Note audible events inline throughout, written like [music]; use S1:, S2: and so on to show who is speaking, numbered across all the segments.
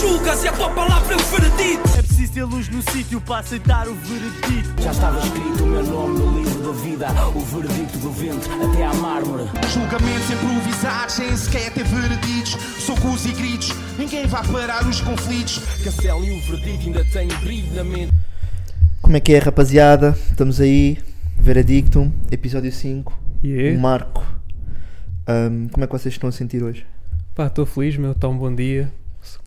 S1: julgas e a tua palavra é o veredito.
S2: É preciso ter luz no sítio para aceitar o veredito.
S3: Já estava escrito o meu nome no livro da vida, o veredito do vento até à mármore.
S4: Julgamentos improvisados, sem sequer ter vereditos. Socos e gritos, ninguém vai parar os conflitos.
S3: Castelo e o veredito ainda têm brilho na mente.
S5: Como é que é, rapaziada? Estamos aí, Veredictum, episódio 5,
S6: Yeah.
S5: um marco. Ahm, como é que vocês estão a sentir hoje?
S6: Pá, estou feliz, meu. Está um bom dia,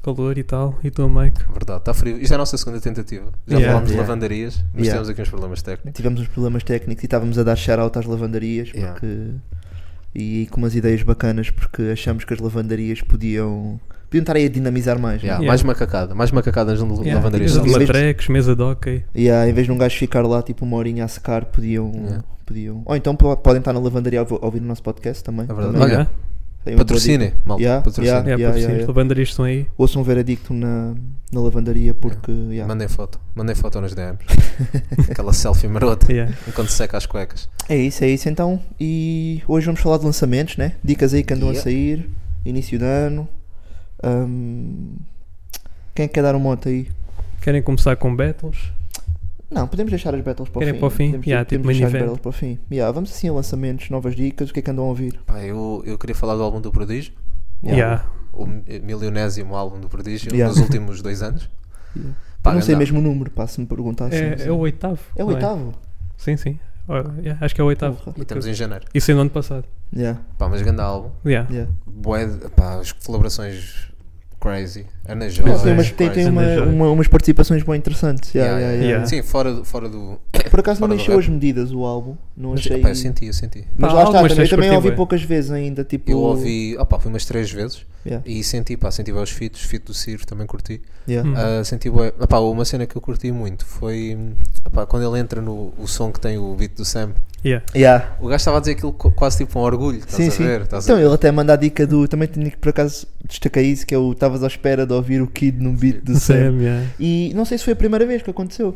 S6: calor e tal. E tu, Mike?
S7: Verdade, está frio. Isto é a nossa segunda tentativa. Já
S6: Yeah.
S7: falámos de
S5: Yeah.
S7: lavandarias, mas
S5: Yeah.
S7: tivemos aqui uns problemas técnicos.
S5: Tivemos uns problemas técnicos e estávamos a dar shout-out às lavandarias
S7: Yeah.
S5: porque... e com umas ideias bacanas porque achamos que as lavandarias podiam, podiam estar aí a dinamizar mais. né?
S7: Yeah,
S6: Yeah.
S7: Mais macacada, mais macacadas no
S6: Yeah.
S7: lavandarias.
S6: Mesa de
S5: Em vez de-
S6: matrecos, mesa de hockey.
S5: E ah, em vez de um gajo ficar lá tipo uma horinha a secar, podiam.
S7: Yeah.
S5: podiam... Ou então po- podem estar na lavandaria a ouvi- a ouvir o nosso podcast também.
S7: É verdade.
S5: Também
S7: Olha,
S6: Yeah.
S5: tem um uma boa
S7: Patrocinem,
S5: dica.
S7: malta.
S5: Yeah,
S7: patrocinem.
S5: yeah.
S6: É, patrocínios,
S5: yeah.
S6: lavandarias estão aí.
S5: Ouçam um veredicto na, na lavandaria porque. yeah.
S7: Mandem foto, mandem foto nos DMs.
S5: [laughs]
S7: Aquela selfie marota
S6: Yeah.
S7: enquanto seca as cuecas.
S5: É isso, é isso então. E hoje vamos falar de lançamentos, né? Dicas aí que andam a
S7: Yeah.
S5: sair, início de ano. Ahm, quem é que quer dar um monte aí?
S6: Querem começar com battles?
S5: Não, podemos deixar as battles para o
S6: Querem
S5: fim. né?
S6: para o fim?
S5: Podemos,
S6: Yeah,
S5: podemos
S6: tipo main
S5: deixar as
S6: event.
S5: battles para o fim. Yeah, vamos assim a lançamentos, novas dicas, o que é que andam a ouvir?
S7: Pá, eu, eu queria falar do álbum do Prodígio,
S6: Yeah.
S7: o mi- milionésimo álbum do Prodígio
S5: Yeah.
S7: nos últimos dois anos.
S5: Yeah.
S7: Pá,
S5: Eu não sei
S7: ganda-
S5: mesmo o número, pá, se me perguntassem. não
S6: É,
S5: sei.
S6: é o oitavo.
S5: Ah, É o
S6: não
S5: oitavo?
S6: Sim, sim. Ó, yeah, acho que é o oitavo.
S5: Porra.
S7: E estamos em janeiro.
S6: Isso é no ano passado.
S5: Yeah,
S7: Pá, mas grande álbum.
S6: Yeah.
S5: yeah.
S7: Bué de- pá, as colaborações crazy. Ana
S5: Não,
S7: Jorge.
S5: tem umas, tem, tem
S7: crazy.
S5: uma-
S6: Mas,
S5: uma- umas participações bem interessantes. Yeah,
S7: Yeah,
S5: yeah,
S6: yeah.
S5: yeah.
S7: Sim, fora do. Fora do
S5: Por acaso
S7: Fora
S5: não
S7: do
S5: encheu
S7: rap.
S5: as medidas o álbum, não
S7: mas,
S5: achei.
S7: epá, eu senti, eu senti.
S5: Mas
S6: Pá,
S5: lá está,
S6: algumas
S5: também,
S6: tens
S5: também
S6: curtido,
S5: ouvi
S6: é.
S5: poucas vezes ainda, tipo...
S7: Eu ouvi, opá, fui umas três vezes
S5: Yeah,
S7: e senti, pá, senti bem os feats, feat do Ciro também curti.
S5: yeah.
S6: Hum.
S7: Ah, senti bem, opá, uma cena que eu curti muito foi, opá, quando ele entra no o som que tem o beat do Sam,
S6: Yeah.
S5: Yeah.
S7: o gajo estava a dizer aquilo co- quase tipo um orgulho, estás
S5: Sim,
S7: a
S5: sim.
S7: ver? Estás a-
S5: Então, ele até manda a dica do... Também tinha que, por acaso, destacar isso, que eu estavas à espera de ouvir o Kid num
S6: [laughs]
S5: beat do Sam.
S6: Sam, yeah.
S5: E não sei se foi a primeira vez que aconteceu.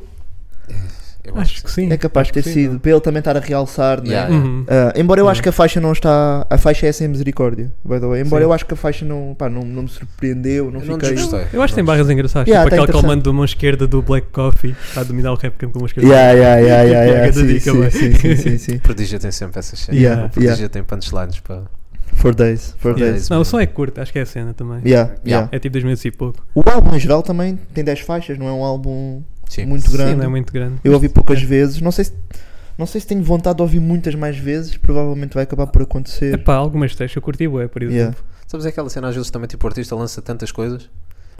S7: Eu
S6: Acho que sim.
S5: É capaz de ter sido, para ele também estar a realçar, né?
S7: Yeah, yeah.
S6: Uhum.
S5: Ah, embora eu acho que a faixa não está. A faixa é sem misericórdia, by the way. Embora
S6: Sim.
S5: eu acho que a faixa não, pá, não, não me surpreendeu, não
S7: Eu não
S5: fiquei.
S7: desgostei.
S6: Eu acho que tem barras engraçadas.
S5: Yeah,
S6: tipo
S5: tá
S6: aquele que ele
S5: interessante.
S6: manda da mão esquerda do Black Coffee. Está a dominar o rap game com a mão esquerda. é
S5: Yeah, yeah,
S6: [laughs]
S5: yeah, yeah, yeah.
S6: Cada
S5: Sim,
S6: dica,
S5: sim,
S6: vai.
S5: sim, sim, sim, sim.
S7: Prodígio tem sempre essas cenas.
S5: Yeah,
S7: Prodígio
S5: yeah.
S7: tem punchlines para.
S5: For days, for
S7: Yeah,
S5: days.
S7: isso
S6: Não, o
S7: mesmo.
S6: som é curto, acho que é a cena também.
S5: Yeah, yeah.
S7: Yeah.
S6: É tipo 2 minutos e pouco.
S5: O álbum em geral também tem 10 faixas, não é um álbum
S7: Sim.
S5: muito grande.
S6: Sim, não é muito grande.
S5: Eu ouvi poucas vezes, não sei se. Não sei se tenho vontade de ouvir muitas mais vezes, provavelmente vai acabar por acontecer.
S6: Epá, algumas textas eu curti, bué, por exemplo.
S5: É. Yeah.
S7: Sabes aquela cena, às vezes também tipo o artista lança tantas coisas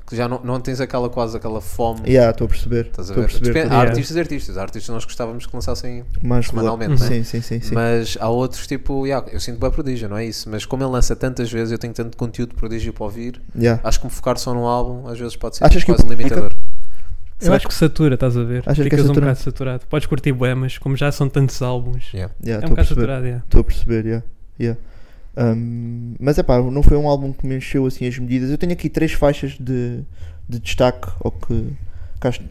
S7: que já não, não tens aquela quase aquela fome.
S5: Yeah, estou a perceber.
S7: Estás a
S5: Estou a
S7: ver?
S5: perceber.
S7: Depende-
S5: tô a
S7: há
S6: Yeah.
S7: artistas e artistas. Há artistas que nós gostávamos que lançassem
S5: perceber. Mais regular.
S7: semanalmente, não é?
S5: Sim, sim, sim, sim.
S7: Mas há outros tipo, yeah, eu sinto bem prodígio, não é isso? Mas como ele lança tantas vezes, eu tenho tanto conteúdo prodígio para ouvir,
S5: Yeah.
S7: acho que me focar só num álbum às vezes pode ser tipo,
S5: Achas que
S7: quase um
S5: o-
S7: limitador.
S6: Eu acho que satura, estás a ver?
S5: Achas que é
S6: Ficas um
S5: saturante?
S6: bocado saturado. Podes curtir bué, mas como já são tantos álbuns,
S7: Yeah.
S5: Yeah,
S6: é um
S5: tô a
S6: bocado
S5: perceber.
S6: saturado, yeah.
S5: Estou a perceber, yeah. yeah. Um, mas é pá, não foi um álbum que me encheu assim as medidas. Eu tenho aqui três faixas de, de destaque, ou que, que acho que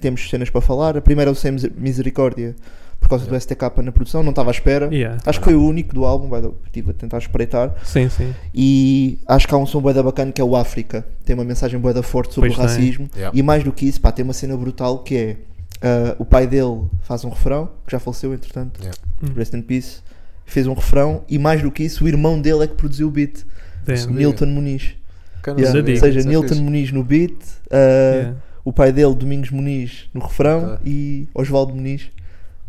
S5: temos cenas para falar. A primeira é o Sem Miser- Misericórdia, por causa do STK na produção, não estava à espera.
S6: Yeah.
S5: Acho que foi o único do álbum, vai, estive a tentar espreitar.
S6: Sim, sim.
S5: E acho que há um som boeda bacana que é o África. Tem uma mensagem boeda forte sobre
S6: Pois
S5: o
S6: tem.
S5: racismo.
S7: Yeah.
S5: E mais do que isso, pá, tem uma cena brutal que é ah, o pai dele faz um refrão, que já faleceu entretanto,
S7: Yeah.
S6: Hum.
S5: Rest in Peace, fez um refrão e mais do que isso, o irmão dele é que produziu o beat,
S6: Damn.
S7: Sabia.
S5: Nilton Muniz.
S7: Quem não
S5: Yeah.
S7: sabia?
S5: Ou seja,
S7: Isso é
S5: Nilton
S7: fixe.
S5: Muniz no beat, ah,
S6: Yeah.
S5: o pai dele, Domingos Muniz, no refrão
S7: Ok.
S5: e Osvaldo Muniz.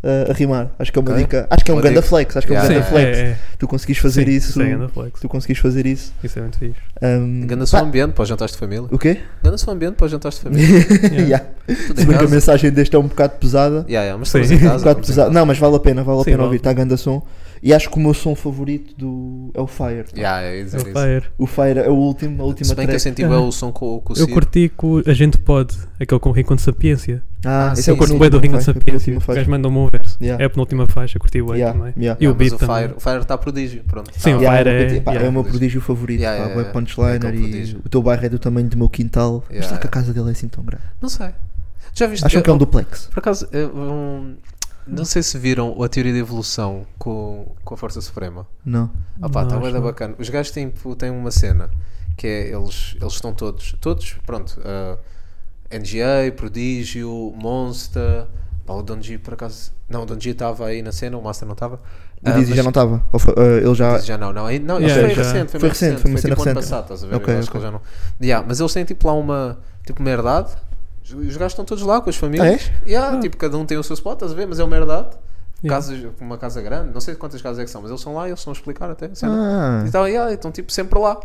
S5: ah, a rimar, acho que é uma
S7: Ok.
S5: dica, acho que é um
S7: Boa
S5: ganda
S7: dica.
S5: flex, acho que é um
S7: Yeah.
S5: ganda
S7: Sim,
S5: flex.
S6: é, é.
S5: Tu conseguis fazer
S6: Sim,
S5: isso,
S6: isso é ganda flex.
S5: tu conseguis fazer isso.
S6: Isso é muito fixe.
S5: Um,
S7: Engana-se o
S5: pá,
S7: ambiente para os jantares de família.
S5: O quê?
S7: Engana-se o ambiente para os jantares de
S5: [laughs]
S7: família.
S5: Yeah.
S7: Tudo
S5: Se
S7: em
S5: bem que a
S7: casa.
S5: mensagem deste é um bocado pesada.
S7: Yeah, yeah, mas
S6: Sim.
S7: estamos em casa.
S5: [laughs] Um bocado
S7: estamos em
S5: pesada.
S7: casa.
S5: Não, mas vale a pena, vale a
S6: Sim,
S5: pena
S6: vale.
S5: ouvir, está a grande som. E acho que o meu som favorito do é o Fire.
S7: Yeah, é isso, é
S6: É o
S7: isso.
S6: fire.
S5: O Fire é o último, a última
S7: Se bem que eu
S5: track.
S7: senti bem o som com, com o
S6: Eu
S7: Ciro.
S6: curti com o A Gente Pode, aquele com o Rincon de Sapiência.
S5: Ah,
S7: Ah,
S5: esse
S7: sim,
S5: é o
S7: sim.
S6: Curto bué do Rincon de
S5: penúltimo, foi a
S6: Sapiência.
S5: penúltima
S6: O
S5: faixa.
S6: gajo mandou-me um verso.
S5: Yeah.
S6: É a penúltima faixa, curti bué
S5: Yeah,
S6: também.
S5: yeah.
S6: E o
S7: Yeah, mas
S6: beat
S7: o
S6: também.
S7: Fire, o Fire está prodígio. Pronto.
S6: Sim, o
S5: Yeah,
S6: Fire
S5: eu
S6: é...
S5: repeti, pá,
S6: yeah.
S5: é o meu prodígio favorito,
S7: Yeah,
S5: pá,
S7: yeah,
S5: bué
S7: yeah.
S5: punchliner
S7: É que é um
S5: e
S7: prodígio.
S5: o teu bairro é do tamanho do meu quintal.
S7: Yeah,
S5: Mas será que
S7: yeah.
S5: a casa dele é assim tão grande?
S7: Não sei. Já viste
S5: Acham que é um
S7: eu-
S5: duplex?
S7: Por acaso, eu- um, não sei se viram a teoria da evolução com, com a Força Suprema.
S5: Não.
S7: Ah pá, está
S6: Não,
S7: bem
S6: acho
S7: bacana. Os gajos têm, têm uma cena que é eles, eles estão todos, todos, pronto, ah, NGA, Prodígio, Monster, pá, o Donji por acaso, não, o Donji estava aí na cena, o Master não estava.
S5: O
S7: Ah,
S5: Dizzy
S7: mas-
S5: já não estava. Ou foi- ah, ele já.
S7: Dizzy já não, não, aí- não
S6: Yeah,
S7: isso foi,
S6: já.
S7: recente, foi,
S5: Foi
S7: mais
S5: recente,
S7: recente,
S5: foi uma cena
S7: tipo ano
S5: recente.
S7: passado, estás a ver?
S5: Ok,
S7: Eu acho que
S5: ok.
S7: eles já não. Yeah, mas eles têm tipo lá uma, tipo uma herdade, os os gajos estão todos lá com as
S5: Ah,
S7: famílias.
S5: é?
S7: Yeah, Tipo, cada um tem o seu spot, estás a ver? Mas é uma herdade,
S6: Yeah.
S7: casas, uma casa grande, não sei quantas casas é que são, mas eles são lá e eles estão a explicar até. a cena.
S5: Ah,
S7: Então, yeah, estão tipo sempre lá.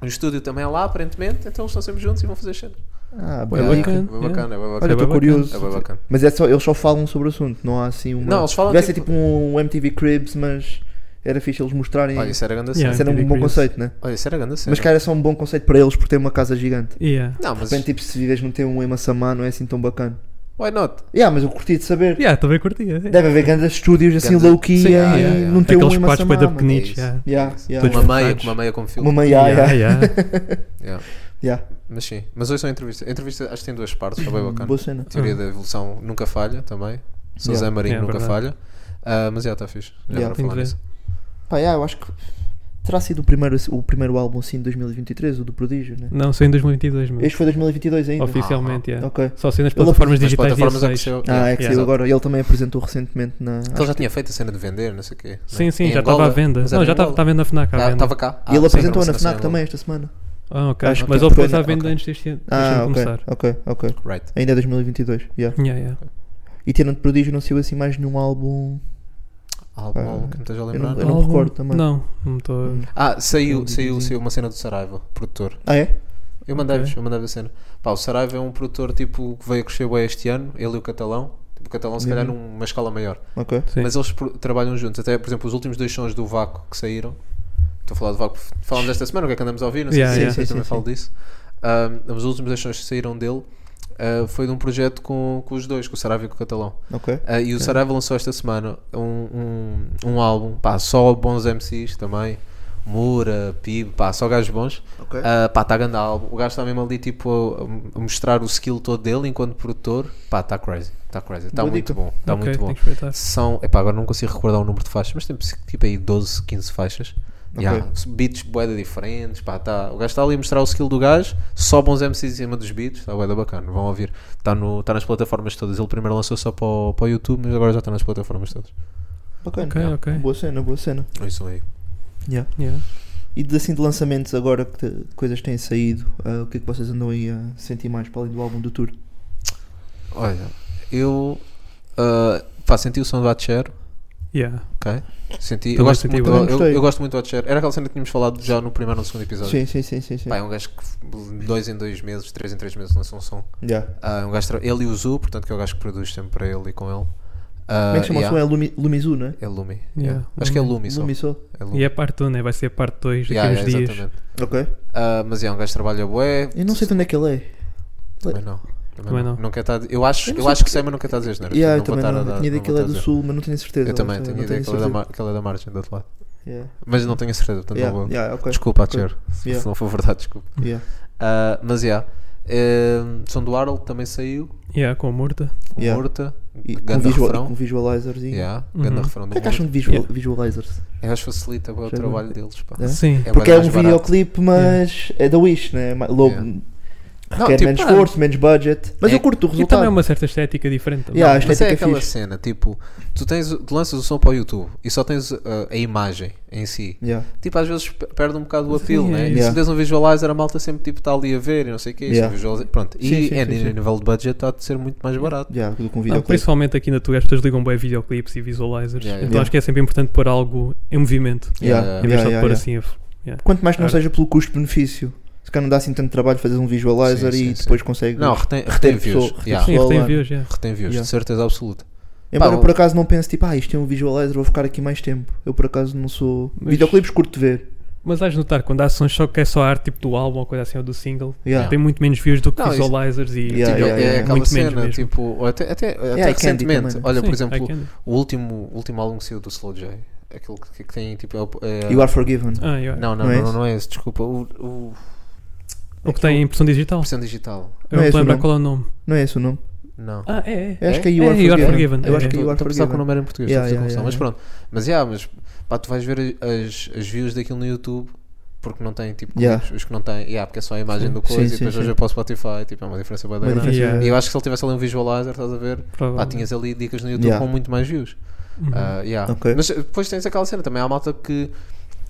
S7: O estúdio também é lá, aparentemente, então eles estão sempre juntos e vão fazer cenas.
S5: ah,
S6: Bué
S5: bem.
S6: bacana.
S7: É bem bacana, é bem
S5: Olha,
S7: bacana.
S6: bacana.
S5: estou curioso.
S7: É bem bacana.
S5: Mas é só, eles só falam sobre o assunto, não há assim uma.
S7: Não, eles falam
S5: Devia ser
S7: tipo-
S5: tipo um MTV Cribs, mas era fixe eles mostrarem.
S7: Olha, Ah, isso é era grande cena.
S6: Yeah.
S5: Isso era um
S6: MTV
S5: bom
S6: Cribs.
S5: conceito, né?
S7: Olha, isso era grande cena.
S5: É. Mas cara, é só um bom conceito para eles por ter uma casa gigante.
S6: Yeah.
S7: Não,
S5: De
S7: mas.
S5: repente, tipo, se vives num tem um em Massamá, não é assim tão bacana.
S7: Why not?
S5: Yeah, mas eu curti de saber.
S6: Yeah, também curtia. é.
S5: Deve haver grandes estúdios assim
S7: Ganda-
S5: low-key
S6: Sim,
S5: em-
S7: yeah, yeah, yeah.
S5: num teu
S6: Aqueles
S5: um em
S6: quartos
S5: Massamá.
S6: bué da
S5: mano.
S7: pequeninos.
S6: pequenitos. Yeah.
S5: Yeah, yeah,
S7: Uma
S6: Todos
S5: yeah.
S7: meia,
S6: focados.
S7: uma meia como filme.
S5: Uma meia, yeah,
S6: Yeah, yeah.
S5: [laughs]
S7: Yeah.
S5: yeah.
S7: Mas sim. Mas hoje são entrevista. A entrevista acho que tem duas partes, foi É bem bacana.
S5: Uhum. Boa cena.
S7: A teoria da evolução nunca falha também. Sou
S5: Yeah.
S7: Zé Marinho
S6: É
S7: nunca
S6: verdade.
S7: falha. Ah, mas já está fixe. Já
S5: Yeah.
S7: era falar
S6: Tem de
S7: nisso.
S5: Pá, yeah, eu acho que terá sido o primeiro, o primeiro álbum assim de 2023, o do Prodígio, né?
S6: Não, só em 2022, meu.
S5: Este foi 2022 ainda.
S6: Oficialmente, yeah.
S5: Ok.
S6: Só saiu nas
S5: Ele
S6: plataformas
S7: Nas
S6: digitais dia
S7: plataformas é que
S6: 6.
S7: saiu-
S5: Ah,
S7: Yeah,
S5: é que
S7: yeah. Então
S5: saiu agora. Ele também apresentou recentemente na.
S7: Ele já tinha feito a cena de vender, não sei o quê.
S5: né?
S7: não é?
S6: Sim, sim,
S7: Em
S6: já estava à
S7: Angola,
S6: venda.
S7: mas era
S6: Não,
S7: em
S6: já
S7: Angola.
S6: estava à venda na FNAC à
S7: Ah,
S6: venda.
S7: estava cá.
S5: E ele
S7: sim,
S5: apresentou
S7: não sei
S5: na
S7: se
S5: FNAC
S7: em
S5: também esta semana.
S6: Ah, ok.
S5: Acho que
S6: Mas
S5: foi
S6: ele pôs
S5: na-
S6: à venda
S7: ok.
S6: antes deste ano deste
S5: Ah,
S6: ano
S5: ok.
S6: começar.
S5: Ok, ok.
S7: Angola. Right.
S5: Ainda é 2022. Yeah.
S6: Yeah, yeah.
S5: E Tenant Prodígio não saiu assim mais nenhum álbum.
S7: Algo
S5: Ah,
S7: algo que me esteja a
S5: não-
S7: lembrar.
S5: eu não-
S6: Algum-
S5: recordo também.
S6: Oh, Não, não estou.
S5: Hum.
S7: Ah, saiu, saiu,
S6: Um videozinho.
S7: saiu uma cena do Saraiva, produtor.
S5: Ah, é?
S7: Eu mandei-vos,
S6: Ok.
S7: eu mandei a cena. Pá, o Saraiva é um produtor tipo que veio a crescer bem este ano, ele e o Catalão. Tipo, O Catalão, se calhar,
S5: Uhum.
S7: numa escala maior.
S5: Ok.
S6: Sim.
S7: Mas eles pro- trabalham juntos. Até, por exemplo, os últimos dois sons do Vaco que saíram. Estou a falar do Vaco, falamos esta semana, o que é que andamos a ouvir, não sei
S6: Yeah,
S7: se
S6: yeah.
S7: se eu
S5: Sim,
S7: também
S5: sim,
S7: falo disso. Ah, os últimos dois sons que saíram dele ah, foi de um projeto com, com os dois, com o Saraiva e com o Catalão.
S5: Ok.
S7: Ah, e o Saraiva lançou esta semana um, um, um álbum, pá, só bons MCs também, Mura, Pib, pá, só gajos bons.
S5: Ok.
S7: Ah, pá, está grande álbum. O gajo está mesmo ali, tipo, a- a mostrar o skill todo dele enquanto produtor. Pá, está crazy, está crazy, está
S5: Boa
S7: muito
S5: dica.
S7: bom, está
S6: Ok,
S7: Tá muito bom.
S6: tem que espreitar.
S7: São, epá, agora não consigo recordar o número de faixas, mas tem tipo aí 12, 15 faixas.
S5: Ok.
S7: Yeah, beats boeda diferentes, pá, tá, o gajo está ali a mostrar o skill do gajo, só bons MCs em cima dos beats, está boeda bacana, vão ouvir, está no, tá nas plataformas todas, ele primeiro lançou só para o, para o YouTube, mas agora já está nas plataformas todas.
S5: Bacana.
S6: Ok, ok.
S5: Boa cena, boa cena.
S7: É isso aí.
S5: Yeah.
S6: Yeah.
S5: E de, assim de lançamentos agora que te- coisas têm saído, ah, o que é que vocês andam aí a sentir mais para além do álbum do tour?
S7: Olha, eu ah, pá, senti o som do Atcher,
S6: Yeah.
S7: ok? Senti, eu
S6: Também
S7: gosto,
S6: senti
S7: muito,
S5: igual.
S7: eu,
S5: Gostei.
S7: eu gosto muito do Atcher, era aquela cena que tínhamos falado já no primeiro ou no segundo episódio.
S5: Sim, sim, sim, sim, sim.
S7: Pá, é um gajo que dois em dois meses, três em três meses lançou um som.
S5: Yeah.
S7: Ah, um gajo tra- ele e o Zu, portanto, que é o gajo que produz sempre para ele e com ele. Ah,
S5: Como é que chama
S7: yeah.
S5: o som? É Lumi, Lumizu, não é?
S7: É Lumi.
S6: Yeah,
S7: yeah. Acho que é Lumi só.
S5: Lumizu.
S7: É Lumi.
S6: E é parte 1, né? Vai ser parte 2 daqui a
S7: Yeah,
S6: uns
S7: yeah,
S6: dias.
S7: exatamente.
S5: Ok.
S7: Ah, mas é um gajo que trabalha bué.
S5: Eu não sei de onde é que ele é.
S7: Também não.
S6: Também não.
S7: Nunca tá, eu acho,
S5: Eu
S7: eu
S5: não sei
S7: acho que sei, mas nunca está a dizer, não era?
S5: Yeah, eu
S7: Não vou
S5: também
S7: estar
S5: não.
S7: a
S5: Eu
S7: dar-
S5: tinha
S7: não
S5: ideia que
S7: vou
S5: ele é
S7: estar
S5: do
S7: a dizer.
S5: Sul, mas não tinha certeza.
S7: Eu também
S5: não
S7: tenho
S5: não
S7: ideia que ele é da
S5: certeza.
S7: mar- que ele é da margem do outro lado.
S5: Yeah.
S7: Mas não tenho certeza, portanto
S5: Yeah,
S7: não vou.
S5: yeah, ok.
S7: Desculpa,
S5: Ok.
S7: Atcher. Se-
S5: Yeah.
S7: Se não for verdade, desculpa.
S5: Yeah.
S7: Ah, mas yeah. Eh, som do Arnold também saiu.
S6: Yeah, com a Murta.
S7: O
S5: Yeah.
S7: Murta.
S5: E com,
S7: Ganda
S5: visual,
S7: refrão.
S5: com visualizerzinho.
S7: Yeah,
S6: Uhum.
S7: Ganda refrão
S5: O
S7: do
S5: que é que acham
S7: Murta.
S5: de visual,
S6: Yeah.
S5: visualizers?
S7: Eu acho que facilita bué o
S5: Já
S7: trabalho
S5: vi.
S7: deles. Pá.
S5: É?
S6: Sim.
S7: bué
S5: Porque é um
S7: mais barato.
S5: videoclipe, mas é da Wish, né? Ma- Low,
S7: Yeah. Não,
S5: Requer
S7: tipo,
S5: menos
S7: ah,
S5: esforço, menos budget. Mas
S7: É.
S5: eu curto o
S6: E também é
S5: resultado.
S6: uma certa estética diferente. também. né?
S5: Yeah,
S7: Mas
S5: a
S7: é
S5: estética é
S7: aquela
S5: fixe.
S7: cena, tipo, tu, tens, o- tu lanças o som para o YouTube e só tens uh, a imagem em si.
S5: Yeah.
S7: Tipo, às vezes pe- perde um bocado o apelo,
S6: Sim, é
S7: né?
S6: isso.
S7: E se
S5: Yeah.
S7: tens um visualizer, a malta sempre tipo, está ali a ver e não sei o que.
S5: Yeah.
S7: Pronto, e
S5: Sim,
S7: é,
S5: sim, sim,
S7: a
S5: sim.
S7: nível de budget está a ser muito mais barato.
S5: Yeah, do que um
S6: Não,
S5: videoclipe.
S6: Ah, principalmente aqui na Tuga, as pessoas ligam bem videoclipes e visualizers.
S7: Yeah, yeah.
S6: então
S5: Yeah.
S6: acho que é sempre importante pôr algo em movimento.
S5: Yeah,
S7: Yeah,
S6: Em vez
S5: yeah,
S6: só de
S5: yeah,
S6: pôr
S5: yeah.
S6: assim a f-
S5: Quanto mais que não
S6: Art.
S5: seja pelo custo-benefício. Se calhar não dá assim tanto trabalho fazer um visualizer
S7: Sim, sim,
S5: e
S7: sim.
S5: depois consegue.
S7: Não, retém, retém views.
S5: pessoa-
S7: yeah.
S6: Sim,
S5: Só
S6: tem
S5: lá.
S6: views, yeah.
S7: Retém views,
S5: Yeah.
S7: de certeza absoluta.
S5: Embora
S7: Pá,
S5: eu por acaso não pense tipo, ah, isto é um visualizer, vou ficar aqui mais tempo. Eu por acaso não sou.
S6: Mas-
S5: Videoclipes curto de ver.
S6: Mas vais notar, quando há sons só que é só a arte tipo do álbum ou coisa assim, ou do single,
S5: Yeah.
S6: tem muito menos views do que
S7: Não, isso-
S6: visualizers e
S7: Tipo,
S5: Yeah,
S6: tipo,
S5: yeah,
S7: é
S5: yeah.
S7: aquela
S6: muito menos
S7: cena,
S6: mesmo.
S7: tipo, ou até, até, até
S5: Candy
S7: recentemente.
S5: também, né?
S7: Olha,
S6: Sim, é
S7: por exemplo,
S6: I can.
S7: o último, o último álbum que saiu do Slow J, aquele que, que tem tipo. é o- é-
S5: You are forgiven.
S6: Ah, yeah.
S7: Não, não,
S5: Não é
S7: não,
S5: esse?
S7: não é esse, desculpa. O, o
S6: o que tem em impressão digital.
S7: Pressão Digital.
S6: Eu
S5: Não é
S6: não
S5: esse o
S6: lembro
S5: nome?
S6: qual é o nome.
S5: Não é esse o nome?
S7: Não.
S6: Ah, é, é.
S5: Eu acho
S7: É?
S5: que é You
S6: É,
S5: Are
S6: You Are
S5: Forgiven.
S6: Forgiven.
S5: Eu acho
S6: É,
S5: que é
S7: Estou
S5: You
S7: estou a
S5: Are
S7: pensar que o
S5: Forgiven.
S7: nome era em português,
S5: Yeah,
S7: estou a fazer confusão,
S5: yeah, yeah,
S7: mas pronto. Mas, yeah, mas pá, tu vais ver as, as views daquilo no YouTube Porque não tem tipo
S5: Yeah.
S7: clipes. os que não têm, yeah, porque é só a imagem
S5: Sim.
S7: do coisa
S5: Sim,
S7: e
S5: sim,
S7: depois
S5: sim.
S7: hoje eu para o Spotify, tipo, é uma diferença bem
S5: Uma
S7: grande.
S5: diferença
S6: Yeah.
S7: E
S5: grande.
S7: eu acho que se ele tivesse ali um visualizer, estás a ver? Ah,
S6: provavelmente.
S7: tinhas ali dicas no YouTube
S5: Yeah.
S7: com muito mais views.
S6: Uhum.
S7: Ah, yeah.
S5: Ok.
S7: Mas eh, depois tens aquela cena também. Há malta que.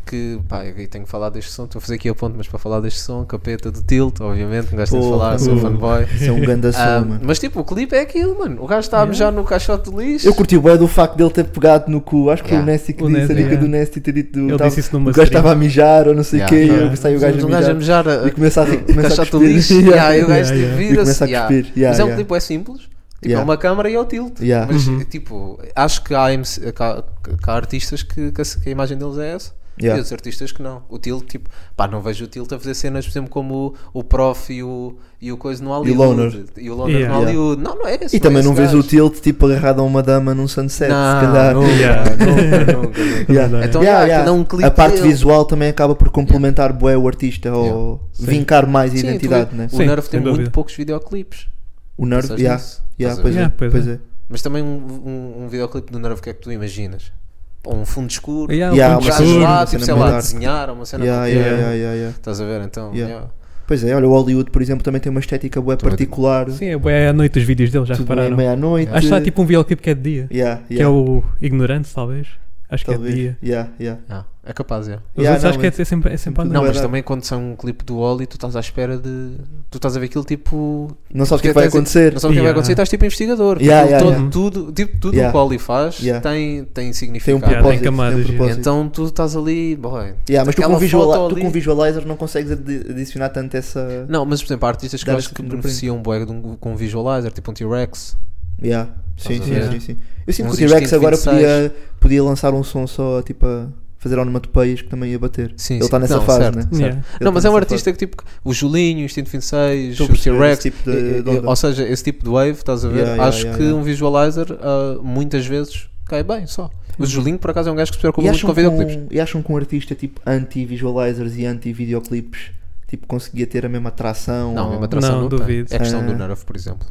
S7: que pá, eu tenho que falar deste som. Estou a fazer aqui a ponto, mas para falar deste som, capeta do Tilt, obviamente. Não gosto de
S5: Porra,
S7: falar, sou
S5: mano.
S7: fanboy.
S5: [laughs] Isso é um grande
S7: Ah,
S5: som, mano.
S7: mas tipo, o clipe é aquilo, mano. O gajo está a mijar no caixote de lixo.
S5: Eu curti o bem do facto dele ter pegado no cu. Acho que
S7: Yeah.
S5: foi o Nessie que
S6: O
S5: disse,
S6: Nessie,
S5: a dica
S6: yeah.
S5: do Nessie ter dito.
S6: Ele
S5: tava-
S6: disse isso numa
S5: o gajo
S6: stream.
S5: estava a mijar ou não sei o
S7: Yeah,
S5: quê.
S7: yeah.
S5: E saiu o gajo a
S7: Um gajo a
S5: mijar.
S7: mijar a-
S5: E começa a,
S7: a
S5: começa a
S7: caixote de
S5: cuspir. [laughs]
S7: lixo. yeah, e o gajo tipo,
S6: yeah, yeah.
S5: E começa
S7: vira-se.
S5: a
S7: yeah.
S5: cuspir. Yeah,
S7: Mas é um
S5: yeah.
S7: clipe é simples. Tipo,
S5: Yeah.
S7: é uma câmara e é o tilt.
S5: Yeah.
S7: Mas,
S6: Uhum.
S7: tipo, acho que há, MC que há- que há artistas que, que a, que a imagem deles é essa.
S5: Yeah.
S7: E outros artistas que não. O tilt, tipo, pá, não vejo o tilt a fazer cenas, por exemplo, como o, o prof e o, e o coisa no Hollywood.
S5: Loner.
S7: E o Loner
S6: Yeah.
S7: no Hollywood. Não, não é esse.
S5: E também
S7: é
S5: não
S7: esse
S5: vês
S7: gajo.
S5: o tilt tipo agarrado a uma dama num sunset,
S7: Não,
S5: se calhar.
S7: nunca,
S6: Yeah.
S7: nunca, nunca,
S5: [laughs]
S7: nunca.
S5: Yeah.
S7: Então,
S5: Yeah,
S7: yeah,
S5: yeah.
S7: aquilo é um clipe
S5: a parte
S7: dele.
S5: visual também acaba por complementar bué o artista ou vincar mais a
S7: Sim, tu
S5: identidade,
S7: vê-
S5: né?
S7: O
S6: Sim,
S7: Nerf tem
S6: sem
S7: muito
S6: dúvida.
S7: poucos videoclipes.
S5: O nerd,
S7: Sabes
S5: yeah,
S7: disso?
S5: yeah,
S7: Estás a
S5: pois,
S6: ver?
S5: é,
S6: Yeah, pois
S5: pois
S6: é.
S5: é.
S7: Mas também um, um, um videoclipe do Nerve, o que é que tu imaginas? Ou um fundo escuro,
S6: Yeah,
S7: um
S5: yeah,
S6: o
S5: uma
S6: Pontes
S7: gajo
S5: cena
S6: Tour,
S7: lá,
S5: uma
S7: tipo,
S5: cena
S7: sei
S5: meio
S7: lá,
S5: dark.
S7: desenhar uma cena
S5: Yeah,
S7: qualquer.
S5: yeah,
S6: Yeah.
S5: yeah, yeah, yeah.
S7: Estás a ver? Então,
S5: Yeah.
S7: yeah.
S5: Pois é, olha, o Hollywood, por exemplo, também tem uma estética bué
S7: Também tem-
S5: particular.
S6: Sim, é bué à noite os vídeos dele, já
S5: tudo em
S6: repararam.
S5: meia-noite.
S6: Acho que há tipo um videoclipe que é de dia.
S5: yeah,
S6: Que é
S5: yeah,
S6: o Ignorante, talvez. Acho que é de
S5: talvez.
S6: dia.
S5: Yeah, yeah.
S7: Yeah. é capaz, é.
S6: Os
S5: Yeah,
S6: outros
S5: não,
S6: acho que é,
S5: mas-
S6: é sempre, é sempre à
S5: Não,
S7: Não,
S6: noite.
S7: mas
S5: era-
S7: também quando são um clipe do Oli, tu estás à espera de. Tu estás a ver aquilo tipo.
S5: Não sabes o que
S7: Porque
S5: vai
S7: tens-
S5: acontecer.
S7: Não sabes o que vai
S6: Yeah.
S7: acontecer, estás tipo investigador.
S5: Yeah,
S7: Aquilo
S5: yeah,
S7: todo- Tudo, tipo, tudo
S5: Yeah.
S7: o que o Oli faz
S5: Yeah.
S7: tem, tem
S5: Tem um
S7: significado.
S6: Yeah, tem
S5: propósito.
S6: camadas,
S5: tem um
S6: yeah.
S5: propósito.
S7: tipo então tu estás ali, boy.
S5: Yeah, mas tu com,
S7: aquela
S5: visuali-
S7: foto
S5: tu
S7: ali-
S5: com visualizer não consegues adi- adicionar tanto essa.
S7: Não, mas por exemplo, há artistas que eu
S5: Dar
S7: acho
S5: esse
S7: que
S5: fingerprint.
S7: beneficiam bué de um- com um visualizer, tipo um T-Rex.
S5: Yeah. Sim,
S7: a
S5: sim,
S7: ver?
S5: sim, sim. Eu sinto
S7: Uns
S5: que o T-Rex
S7: instinto
S5: agora
S7: 26.
S5: podia, podia lançar um som só tipo a fazer onomatopeias que também ia bater.
S7: Sim,
S5: Ele
S7: sim.
S5: está nessa
S7: Não,
S5: fase,
S7: certo,
S5: né?
S6: certo. Yeah.
S5: Ele
S7: não,
S5: tá
S7: mas é um
S5: nessa
S7: artista que tipo o Julinho, o Instinto 26,
S5: Estou a
S7: o
S5: perceber
S7: T-Rex,
S5: esse tipo de-
S7: e- e-
S5: de onda.
S7: ou seja, esse tipo de wave, estás a ver?
S5: Yeah, yeah,
S7: Acho
S5: yeah,
S7: que
S5: yeah.
S7: um visualizer ah, muitas vezes cai bem só. O Julinho, por acaso, é um gajo que se preocupa
S5: E
S7: muito com
S5: acham, que
S7: videoclipes.
S5: um, e acham que um artista tipo anti-visualizers e anti-videoclipes tipo, conseguia ter a mesma atração?
S7: Não, a
S5: ou-
S7: mesma atração
S6: Não,
S7: não, tem.
S6: duvido.
S7: É a questão do
S5: Ah.
S7: Nerf, por exemplo.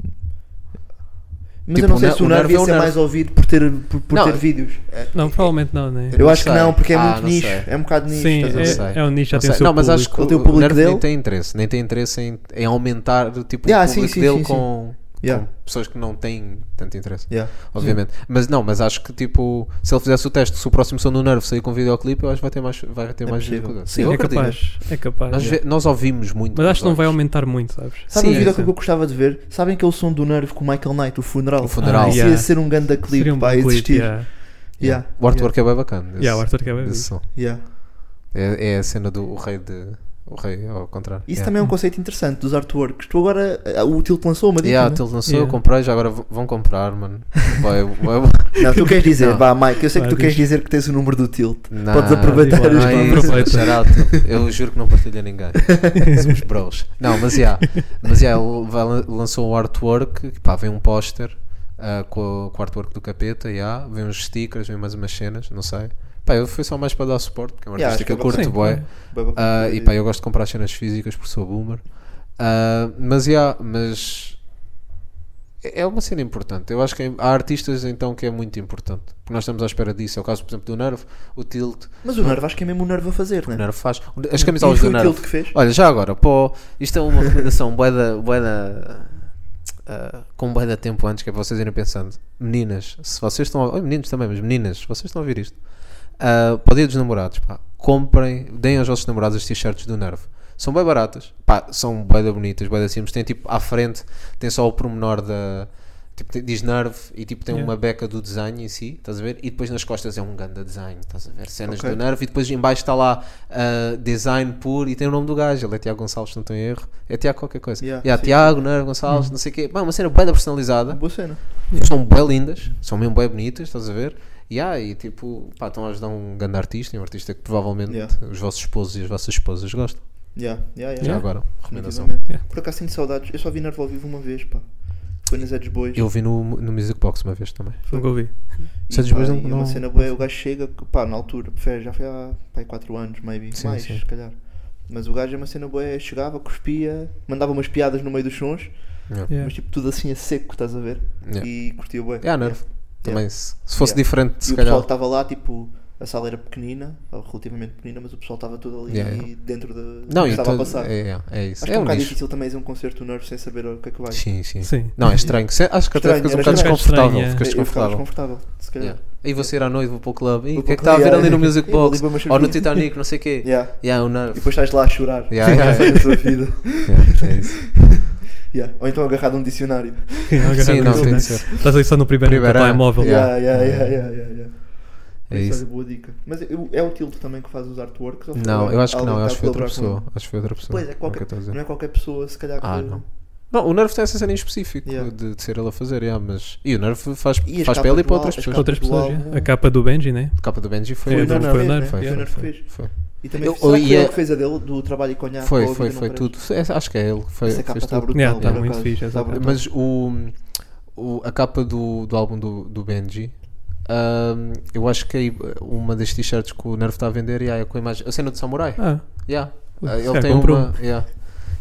S5: Mas
S7: tipo,
S5: eu não
S7: o
S5: sei
S7: Ner-
S5: se o
S7: o
S5: Nerve
S7: Nerve é
S5: ia
S7: o
S5: ser
S7: Nerve.
S5: mais ouvido por ter, por, por
S7: Não,
S5: ter vídeos.
S6: Não, provavelmente não, né?
S5: Eu
S7: não
S5: acho que
S7: sei.
S5: não, porque é
S7: Ah,
S5: muito
S7: não
S5: nicho.
S7: sei.
S5: É um bocado nicho.
S6: Sim,
S5: estás a ver?
S7: sei.
S6: é, é um nicho, já
S7: Não,
S6: tem o
S7: sei.
S6: seu
S7: Não, mas acho
S6: público.
S7: que
S5: Ele tem o
S7: o, o
S5: público
S7: Nerf
S5: dele.
S7: nem tem interesse, nem tem interesse em, em aumentar tipo,
S5: Yeah,
S7: o
S5: sim,
S7: público
S5: sim,
S7: dele
S5: sim, sim.
S7: com,
S5: Yeah.
S7: com pessoas que não têm tanto interesse.
S5: Yeah.
S7: Obviamente. Mas não, mas acho que tipo, se ele fizesse o teste, se o próximo som do Nerve sair com videoclipe, eu acho que vai ter mais, vai ter mais
S5: possível.
S7: dificuldade.
S6: Sim,
S7: eu
S6: é
S7: acredito.
S6: capaz. É capaz.
S7: Nós,
S6: é.
S7: ve- nós ouvimos muito.
S6: Mas acho que não
S7: nos
S6: vai
S7: olhos.
S6: aumentar muito, sabes?
S5: Sabe
S7: Sim, é
S5: um vídeo
S7: sim.
S5: que eu gostava de ver? Sabem aquele som do Nerve com o Michael Knight, o funeral?
S7: O funeral.
S6: Ah,
S5: Isso
S6: yeah.
S5: ia ser um ganda clipe
S6: Seria um bom
S5: para
S6: clipe,
S5: existir.
S6: yeah.
S5: Yeah.
S7: O artwork é bem bacana. desse-
S6: Yeah, o Arthur Cabeza.
S7: desse som.
S5: Yeah.
S7: É, é a cena do o rei de. O rei ao contrário.
S5: Isso
S7: Yeah.
S5: também é um conceito interessante dos artworks. Tu agora, eh, o Tilt lançou uma dica.
S7: Yeah,
S5: né?
S7: o Tilt lançou,
S6: Yeah.
S7: eu comprei, já agora v- vão comprar, mano. Vai,
S5: [laughs]
S7: vai,
S5: Não, tu queres
S7: [laughs]
S5: dizer,
S7: Não.
S5: vá, Mike, eu sei que
S6: Vá,
S5: tu queres dizer que tens o número do Tilt.
S7: Não,
S5: Podes aproveitar
S6: igual,
S5: os
S7: não é
S6: não
S5: números.
S7: isso,
S6: aproveita.
S7: shout out. Eu juro que não partilho a ninguém. Somos bros. Não, mas já. Mas já, ele vai lan- lançou um artwork. Pá, vem um póster ah, com, o- com o artwork do capeta. já, Vem uns stickers, vem mais umas cenas. Não sei. Pá, eu fui só mais para dar suporte, porque é uma
S5: Yeah,
S7: artista
S5: acho
S7: que eu
S5: que é
S7: curto,
S6: bacana.
S7: boé.
S6: Sim,
S7: Ah, e pá, eu gosto de comprar cenas físicas porque sou boomer. Ah, mas yeah, mas é é uma cena importante. Eu acho que é, há artistas então que é muito importante. Porque nós estamos à espera disso. É o caso, por exemplo, do Nerve, o Tilt.
S5: Mas o Nerve, acho que é mesmo o Nerve a fazer,
S7: O
S5: né?
S7: Nerve faz. As
S5: E
S7: camisolas
S5: foi
S7: do
S5: o
S7: Nerve.
S5: Tilt que fez.
S7: Olha, já agora, pô, isto é uma recomendação boeda, boeda, ah, com boeda tempo antes, que é para vocês irem pensando. Meninas, se vocês estão a ouvir, meninos também, mas meninas, se vocês estão a ouvir isto, ah, para o dia dos namorados, pá, comprem, deem aos vossos namorados as t-shirts do Nerve. São bem baratas, pá, são boeda bonitas, boeda simples, tem tipo, à frente, tem só o pormenor da... Tipo, tem- diz Nerve e tipo tem uma beca do desenho em si, estás a ver? E depois nas costas é um ganda desenho, estás a ver? Cenas
S5: Ok.
S7: do Nerve e depois em baixo está lá ah, design puro e tem o nome do gajo, ele é Tiago Gonçalves, se não estou em erro. É Tiago qualquer coisa.
S5: Yeah,
S7: Yeah,
S5: sim,
S7: Tiago, Nerve, Gonçalves,
S6: Uhum.
S7: não sei o quê. Pá, uma cena bem personalizada.
S5: Boa cena.
S7: São bem lindas, são mesmo bem bonitas, estás a ver? Yeah, e tipo, pá, estão a ajudar um grande artista, e um artista que provavelmente
S5: Yeah.
S7: os vossos esposos e as vossas esposas gostam.
S5: Yeah, yeah, yeah.
S7: Já agora, recomendação.
S5: Definitivamente.
S6: Yeah.
S5: Por acaso sinto saudades. Eu só vi Nerve ao vivo uma vez, pá. Foi nas Edge Boys.
S7: Eu vi no, no Music Box uma vez também.
S6: Nunca ouvi.
S5: E,
S7: Santos
S5: pá,
S7: Boys não-
S5: e é uma
S7: não-
S5: cena boa, o gajo chega, que, pá, na altura, fez- já foi há 4 anos, maybe,
S7: Sim,
S5: mais,
S7: sim.
S5: se calhar. Mas o gajo é uma cena boa, chegava, cuspia, mandava umas piadas no meio dos sons,
S7: Yeah.
S6: Yeah.
S5: mas tipo tudo assim a seco, estás a ver?
S7: Yeah.
S5: E curtia bué.
S7: É a Nerve. Também, se, se fosse
S5: Yeah.
S7: diferente,
S5: E
S7: se
S5: o pessoal
S7: calhar.
S5: que estava lá, tipo, A sala era pequenina, ou relativamente pequenina, mas o pessoal estava todo ali
S7: Yeah, yeah.
S5: dentro da.
S7: Não,
S5: do tá- que
S7: e
S5: estava a
S7: todo-
S5: passar.
S7: é, é, é isso.
S5: Acho que
S7: é
S5: é um
S7: um
S5: bocado
S7: nicho.
S5: difícil também ir a um concerto do Nerve sem saber o que é que vai.
S7: Sim, sim.
S6: Sim.
S7: Não, é estranho. Se- Acho que até
S5: Estranho,
S7: ficas um
S5: era
S7: bocado
S6: estranho.
S7: desconfortável.
S6: Estranho, é.
S7: Ficas
S5: Eu ficava
S7: desconfortável.
S5: um desconfortável, se calhar.
S7: Yeah. E vou sair à noite, vou para o clube. Ih,
S5: Vou
S7: o que é
S5: para o
S7: que
S5: clube,
S7: está a ver
S5: yeah,
S7: ali no
S5: yeah. [laughs]
S7: Music
S5: Ih, vou ali
S7: Box?
S5: beber umas
S7: Ou no
S5: cervejas.
S7: Titanic, não sei o quê.
S5: Yeah.
S7: Yeah, é um o
S5: E
S7: Nerve.
S5: depois estás lá a chorar. [laughs]
S7: Yeah, yeah.
S5: Foi a tua vida.
S7: [laughs] Yeah, é [laughs] isso. É
S5: Yeah. Ou então agarrado a um dicionário.
S6: [laughs]
S7: Sim, É não, tem de ser.
S6: Estás aí só no primeiro,
S7: Primeiro,
S6: no telemóvel.
S5: Yeah,
S7: Yeah.
S5: yeah, yeah, yeah, yeah, yeah.
S7: É
S5: Isso
S7: isso.
S5: olha, boa dica. Mas eu- é o Tilto também que faz os artworks? ou foi
S7: Não, eu acho que
S5: alguém
S7: não, eu
S5: está
S7: acho
S5: a
S7: que foi outra
S5: colaborar
S7: pessoa.
S5: com-
S7: Acho que foi outra pessoa.
S5: Pois é, qualquer,
S7: Nunca estou a dizer.
S5: não é qualquer pessoa, se calhar.
S7: Ah,
S5: que-
S7: não. Não, o Nerve tem essa cena em específico
S5: Yeah.
S7: de, de ser ele a fazer, yeah, mas. E o Nerve faz,
S5: E
S7: faz
S5: as capas
S7: para ele e
S5: do
S7: para
S5: álbum,
S7: outras
S5: as
S7: pessoas.
S5: capas-
S6: Outras
S5: do
S6: pessoas,
S5: álbum.
S6: yeah. A capa do Benji, né?
S7: A capa do Benji foi.
S6: Foi
S7: ele.
S6: o Nerve,
S5: Foi
S6: né?
S5: o Nerve,
S7: é? Foi,
S5: né? Foi o Nerve que
S7: foi,
S5: fez.
S7: foi.
S5: E também
S7: Eu-
S5: será
S7: eu
S5: que foi
S7: ia-
S5: ele que fez a dele, do trabalho e conhaque?
S7: Foi,
S5: ou a
S7: foi,
S5: vida
S7: foi
S5: não
S7: tudo. É, Acho que é ele que
S5: parece?
S7: foi,
S5: Essa capa
S7: fez
S5: está
S7: tudo.
S5: brutal.
S6: Yeah, tá
S5: por
S6: muito
S5: acaso.
S6: fixe, essa
S5: Tá
S6: capa.
S5: brutal.
S7: Mas o, o- a capa do, do álbum do, do Benji, ahm, eu acho que é aí, uma das t-shirts que o Nerve está a vender yeah, é com a imagem. A cena do Samurai.
S6: Ah,
S7: Yeah.
S6: Ui,
S7: Ah,
S6: se
S7: ele,
S5: é
S6: calhar
S7: tem
S6: comprou.
S7: uma, yeah.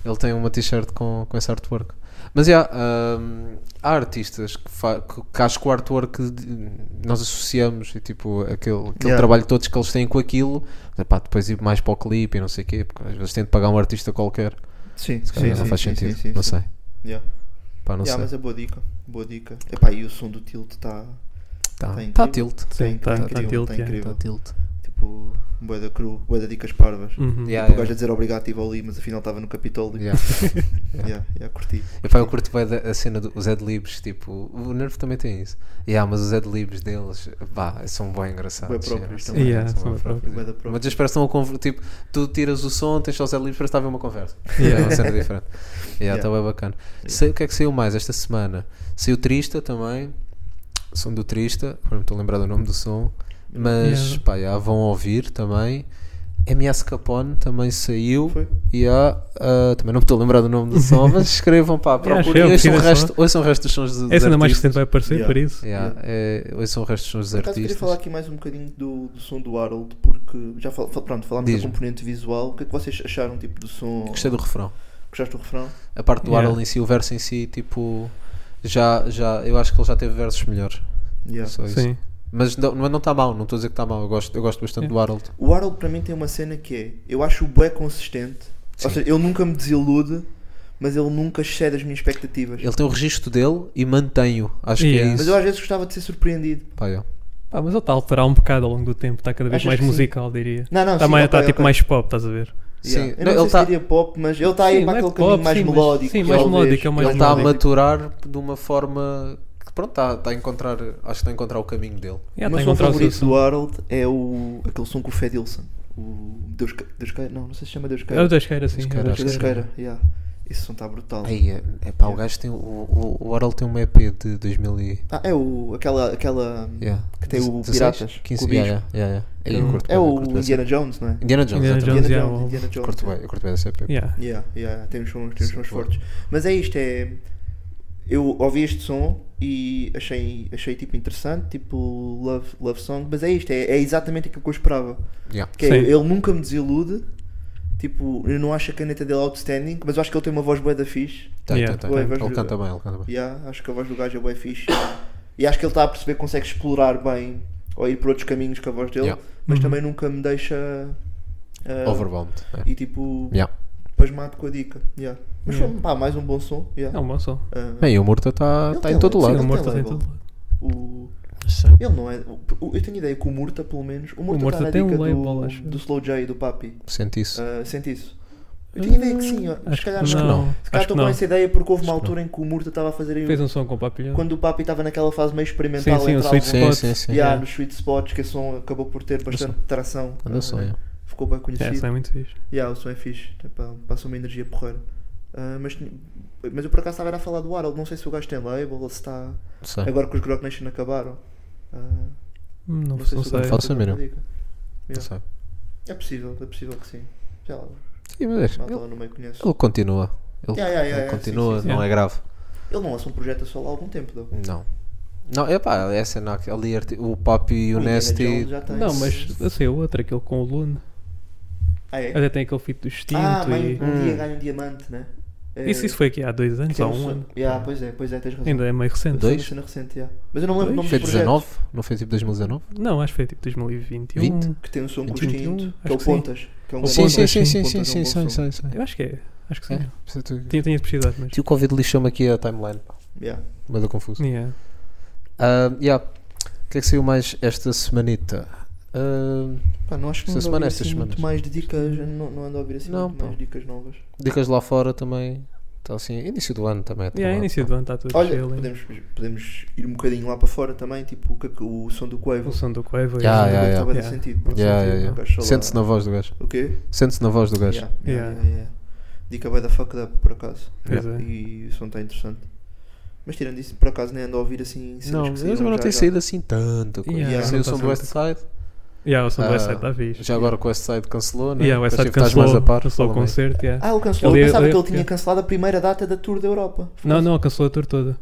S7: ele tem uma t-shirt com, com esse artwork. Mas yeah, ahm, há artistas que, fa- que, que acho que o artwork de- nós associamos e tipo aquele, aquele
S5: Yeah.
S7: trabalho todos que eles têm com aquilo, mas, pá, depois ir mais para o clipe e não sei o quê, porque às vezes tem de pagar um artista qualquer,
S5: Sim,
S7: se calhar
S5: sim,
S7: não
S5: sim,
S7: faz
S5: sim,
S7: sentido,
S5: sim, sim,
S7: não
S5: sim.
S7: sei.
S5: Yeah.
S7: Pá, não
S5: Yeah, mas
S7: sei.
S5: é boa dica. Boa dica. Epá, e o som do Tilt está
S7: Está
S5: tá
S7: tá a
S5: incrível.
S7: tilt.
S6: sim,
S5: tá
S6: está tá,
S5: incrível,
S6: tilt.
S5: tá
S6: yeah.
S5: incrível.
S7: Tá tilt.
S5: tipo boa da cru, boa da dicas parvas.
S6: Uhum.
S7: [laughs] Hum. Yeah,
S5: Tipo, o gajo
S7: yeah.
S5: a dizer obrigado estive ali, mas afinal estava no Capitólio.
S7: Yeah.
S5: Yeah, yeah, curti.
S7: Epá, eu curto bem da- a cena dos Adlibs, tipo, o Nervo também tem isso. Yeah, mas os Adlibs deles, pá, são bem engraçados.
S5: Bué
S7: yeah,
S5: próprios também. né?
S7: bué-
S6: Yeah, são
S7: bué
S6: bué próprios.
S5: Bué da próprios.
S7: Mas eles parecem uma conver- tipo, tu tiras o som, tens só os Adlibs, parece que está a ver uma
S5: [laughs]
S7: conversa. É uma cena diferente. Yeah,
S5: Yeah.
S7: está bem bacana. Sei, o que é que saiu mais esta semana? Saiu Trista também, som do Trista, agora não estou a lembrar do nome do som, mas,
S6: Yeah.
S7: pá, yeah, vão ouvir também. MS Capone também saiu.
S5: Foi?
S7: E há, ah, também não me estou a lembrar do nome do som, mas escrevam
S6: [laughs]
S7: pá,
S6: Yeah,
S7: procurem. ouçam, o
S6: chega, pesquisa
S7: resto, ouçam o resto dos sons dos
S6: Essa ainda É mais
S7: artistas.
S6: recente vai aparecer,
S5: Yeah.
S6: por isso.
S7: Yeah, é, ouçam o resto dos sons dos
S5: Por acaso queria
S7: artistas.
S5: falar aqui mais um bocadinho do, do som do Harold, porque já fal, fal- pronto, falámos da
S7: Diz-me.
S5: componente visual. O que é que vocês acharam tipo, do som?
S7: Gostei do refrão.
S5: Gostaste do refrão?
S7: A parte do
S6: Yeah.
S7: Harold em si, o verso em si, tipo, já, já, eu acho que ele já teve versos melhores.
S5: Yeah.
S7: Só isso.
S6: Sim.
S7: Mas não está não tá mal, não estou a dizer que está mal. Eu gosto, eu gosto bastante do Harold.
S5: O Harold para mim tem uma cena que é, eu acho o bué consistente, ou
S7: Sim.
S5: seja, ele nunca me desilude, mas ele nunca excede as minhas expectativas.
S7: Ele tem o registro dele e mantém-o. Acho
S6: Yeah.
S7: que é
S5: Mas
S7: isso.
S5: eu às vezes gostava de ser surpreendido.
S7: Pá, yeah.
S6: Pá, mas ele está a alterar um bocado ao longo do tempo, está cada vez
S5: Achas
S6: mais
S5: que sim?
S6: musical, diria.
S5: Não, não,
S6: Está
S5: sim,
S6: mais-
S5: ok,
S6: está tipo
S5: ok.
S6: mais pop, estás a ver?
S5: Yeah.
S7: Sim,
S5: Eu
S7: não,
S5: não,
S7: ele
S5: sei
S7: tá-
S5: se diria pop, mas ele está aí
S6: Sim,
S5: para
S6: não é
S5: aquele
S6: pop,
S5: caminho mais
S6: sim, mas-
S5: melódico.
S6: sim,
S5: que
S6: mais
S5: ele
S6: melódico,
S5: deixa.
S6: é o mais
S7: Ele tá está a
S6: melódico.
S7: maturar de uma forma que, pronto, está tá a encontrar, acho que está a encontrar o caminho dele.
S6: Yeah,
S5: o
S6: tá a
S5: meu som
S6: encontrar o seu
S5: favorito
S6: som.
S5: do Harold é o, aquele som com o Fed Ilson. O Deus, Ca- Deus Queira. Não, não sei se chama Deus
S6: É
S5: Queira.
S6: o Deus queira, sim.
S7: Deus
S6: é o
S7: queira,
S6: Deus
S7: acho
S5: Deus
S6: queira.
S5: Queira. Yeah. Esse som está brutal.
S7: Aí, é, é pá, o gajo tem. O, o, o Oral tem um EP de 2000 e.
S5: Ah, é o, aquela, aquela
S7: Yeah.
S5: que tem o
S7: 16,
S5: Piratas. com
S7: 15,
S5: o bicho.
S7: yeah, yeah, yeah, yeah.
S6: É
S7: eu
S6: o-
S7: curto
S5: É
S7: bem, eu
S5: o
S7: curto bem
S5: Indiana
S7: dessa-
S5: Jones, não é?
S7: Indiana Jones.
S6: Indiana
S7: exatamente.
S6: Jones,
S5: Indiana
S6: é
S5: Jones,
S6: o-
S5: Indiana Jones.
S7: Curto bem, eu curto bem dessa EP.
S6: Yeah.
S5: Yeah, yeah, tem uns sons, tem uns
S7: Sim,
S5: sons
S7: claro.
S5: fortes. Mas é isto, é. Eu ouvi este som e achei, achei tipo interessante, tipo love, love song, mas é isto, é, é exatamente aquilo que eu esperava.
S7: Yeah.
S5: Que é,
S6: Sim.
S5: ele nunca me desilude, tipo, eu não acho a caneta dele outstanding, mas eu acho que ele tem uma voz bué da fixe.
S7: Tem,
S6: Yeah.
S7: tem, tem.
S5: Ué,
S7: tá, Ele
S5: vamos-
S7: canta bem, ele canta bem.
S5: Yeah, acho que a voz do gajo é bué fixe. e acho que ele está a perceber que consegue explorar bem ou ir por outros caminhos com a voz dele,
S7: Yeah.
S5: mas
S6: Uhum.
S5: também nunca me deixa. ah,
S7: Overwhelmed. é.
S5: e tipo,
S7: Yeah.
S5: pasmado com a dica. yeah. Mas
S6: Yeah.
S5: foi pá, mais um bom som. yeah.
S6: É um bom som.
S5: Ah,
S7: Bem, e o Murta está
S5: Ele
S7: tá
S5: tem um
S7: em todo
S5: letra,
S6: Sim,
S7: lado.
S6: o
S5: tem
S6: Morta tem
S5: label.
S6: tudo.
S5: o- ele não é. o- o- eu tenho ideia que o Murta, pelo menos. O Murta,
S6: Murta
S5: está na
S6: tem um
S5: dica
S6: label,
S5: do,
S6: acho.
S5: do Slow J e do Papi.
S7: Sente isso.
S5: Ah, sente isso? Eu tenho ideia que sim, ó.
S6: Hum, Acho
S5: se calhar
S6: que
S5: não.
S6: não.
S5: Se calhar
S6: Acho que
S5: estou com
S6: não.
S5: essa ideia porque houve uma
S7: Acho que
S5: altura em que o Murta estava a fazer. aí-
S6: Fez um som com o Papilhão.
S5: Quando o Papi estava naquela fase meio
S6: Sim,
S5: experimental
S6: sim, é. o
S5: entre
S6: Sweet
S7: álbum.
S6: Spot.
S7: Sim, sim, sim.
S5: Ah, Yeah, nos Sweet Spots, que o som acabou por ter bastante tração.
S7: Anda só,
S5: Ah,
S7: yeah.
S5: Ficou bem conhecido.
S6: É, isso é muito fixe.
S5: Yeah, o som é fixe, epá, passa uma energia porreira. Ah, mas, tinha- mas eu por acaso estava era a falar do Harold, não sei se o gajo tem label ou se está.
S7: Sei.
S5: Agora que os Grog Nation acabaram. Ah,
S6: Hum, Não, não
S5: se o
S6: sei.
S5: gajo
S7: Faço
S5: tem
S7: a mínima.
S5: alguma dica.
S7: Não sei.
S5: É possível, é possível que sim. Sei lá,
S7: Sim, mas deixa.
S5: malta
S7: Ele
S5: lá no meio conhece.
S7: ele continua. Ele
S5: Yeah, yeah, yeah,
S7: ele
S5: yeah, sim,
S7: continua,
S5: sim,
S6: sim.
S7: não é grave.
S5: Ele não lança um projeto a solo há algum tempo, não.
S7: Não. Não, é pá, essa é na, ali arti- o Papi e o
S5: Indiana
S7: Nasty.
S5: Jones já tem.
S6: Não, mas assim, o outro, aquele com o Luna.
S5: Ah, é?
S6: Até tem aquele feat do Extinto
S5: Ah, mãe,
S6: e.
S7: Hum.
S5: um dia ganha um diamante, né? É,
S6: Isso, isso foi aqui há dois anos,
S5: tem
S6: há
S5: um
S6: um
S5: som-
S6: ano.
S5: Yeah, pois é, pois é, tens razão.
S6: Ainda é meio recente.
S5: Foi uma
S7: Dois?
S5: cena recente, yeah. Mas eu não lembro o nome
S7: Foi
S5: do projeto.
S7: 19? Não foi tipo 2019?
S6: Não, acho que foi tipo 2021.
S7: Vinte?
S5: Que tem um som com o
S6: 21,
S5: Stinto, que é
S6: acho
S5: o
S6: que sim.
S5: Pontas. Que é um
S6: O
S5: grande
S6: Sim,
S5: som.
S6: sim, sim,
S5: sim, é um sim, sim, sim, sim,
S6: Eu acho que é. Acho que sim.
S7: É, precisa tu-
S6: Tinha, tinha de precisar, mas.
S7: Tio Covid lixou-me aqui a timeline, pá.
S5: Yeah.
S7: Mas eu confuso.
S6: Yeah.
S7: Ah, yeah. O que é que saiu mais esta semanita? Ah,
S5: Pá, não acho que não
S7: Esta
S5: ando
S7: semana,
S5: a ouvir
S7: estas
S5: assim muito
S7: semanas.
S5: mais de dicas, não, não ando a ouvir assim
S7: Não,
S5: muito mais
S7: pá.
S5: dicas novas.
S7: dicas lá fora também. Está assim, início do ano também. tipo
S6: Yeah, início do ano está tudo
S5: Olha,
S6: chill, hein?
S5: podemos, podemos ir um bocadinho lá para fora também, tipo o, que- o som do Quavo.
S6: O som do Quavo. e-
S7: Yeah,
S5: Estava
S7: yeah, yeah.
S5: a dar
S6: Yeah.
S5: sentido. pá.
S7: Yeah,
S6: sentido,
S7: yeah,
S5: O
S7: yeah.
S5: gajo só lá-
S7: Sente-se na voz do gajo.
S5: O quê?
S7: Sente-se na voz do gajo.
S5: Yeah, yeah,
S6: Yeah.
S5: yeah, yeah. Dica vai da fucked up, por acaso.
S6: Pois é.
S5: E o som está interessante. Mas tirando isso, por acaso nem ando a ouvir assim cenas
S7: Não,
S5: que
S7: eles
S5: saíram
S7: agora não
S5: já,
S7: têm
S5: já.
S7: saído assim tanto. coisa.
S6: Yeah,
S7: Saiu
S6: não
S7: o som
S6: tá
S7: do West Side.
S6: Yeah, o som do
S7: Ah,
S6: West Side está fixe.
S7: Já agora o West Side cancelou, né?
S6: Yeah, o West
S7: Depois
S6: Side
S7: tive- estás mais
S6: cancelou,
S7: a par,
S6: cancelou o
S7: fala-me aí.
S6: concerto. yeah.
S5: Ah, o cancelou.
S6: Ele-
S5: Eu pensava
S6: ele-
S5: que ele tinha
S6: yeah.
S5: cancelado a primeira data da tour da Europa.
S6: Não, não, cancelou a tour toda.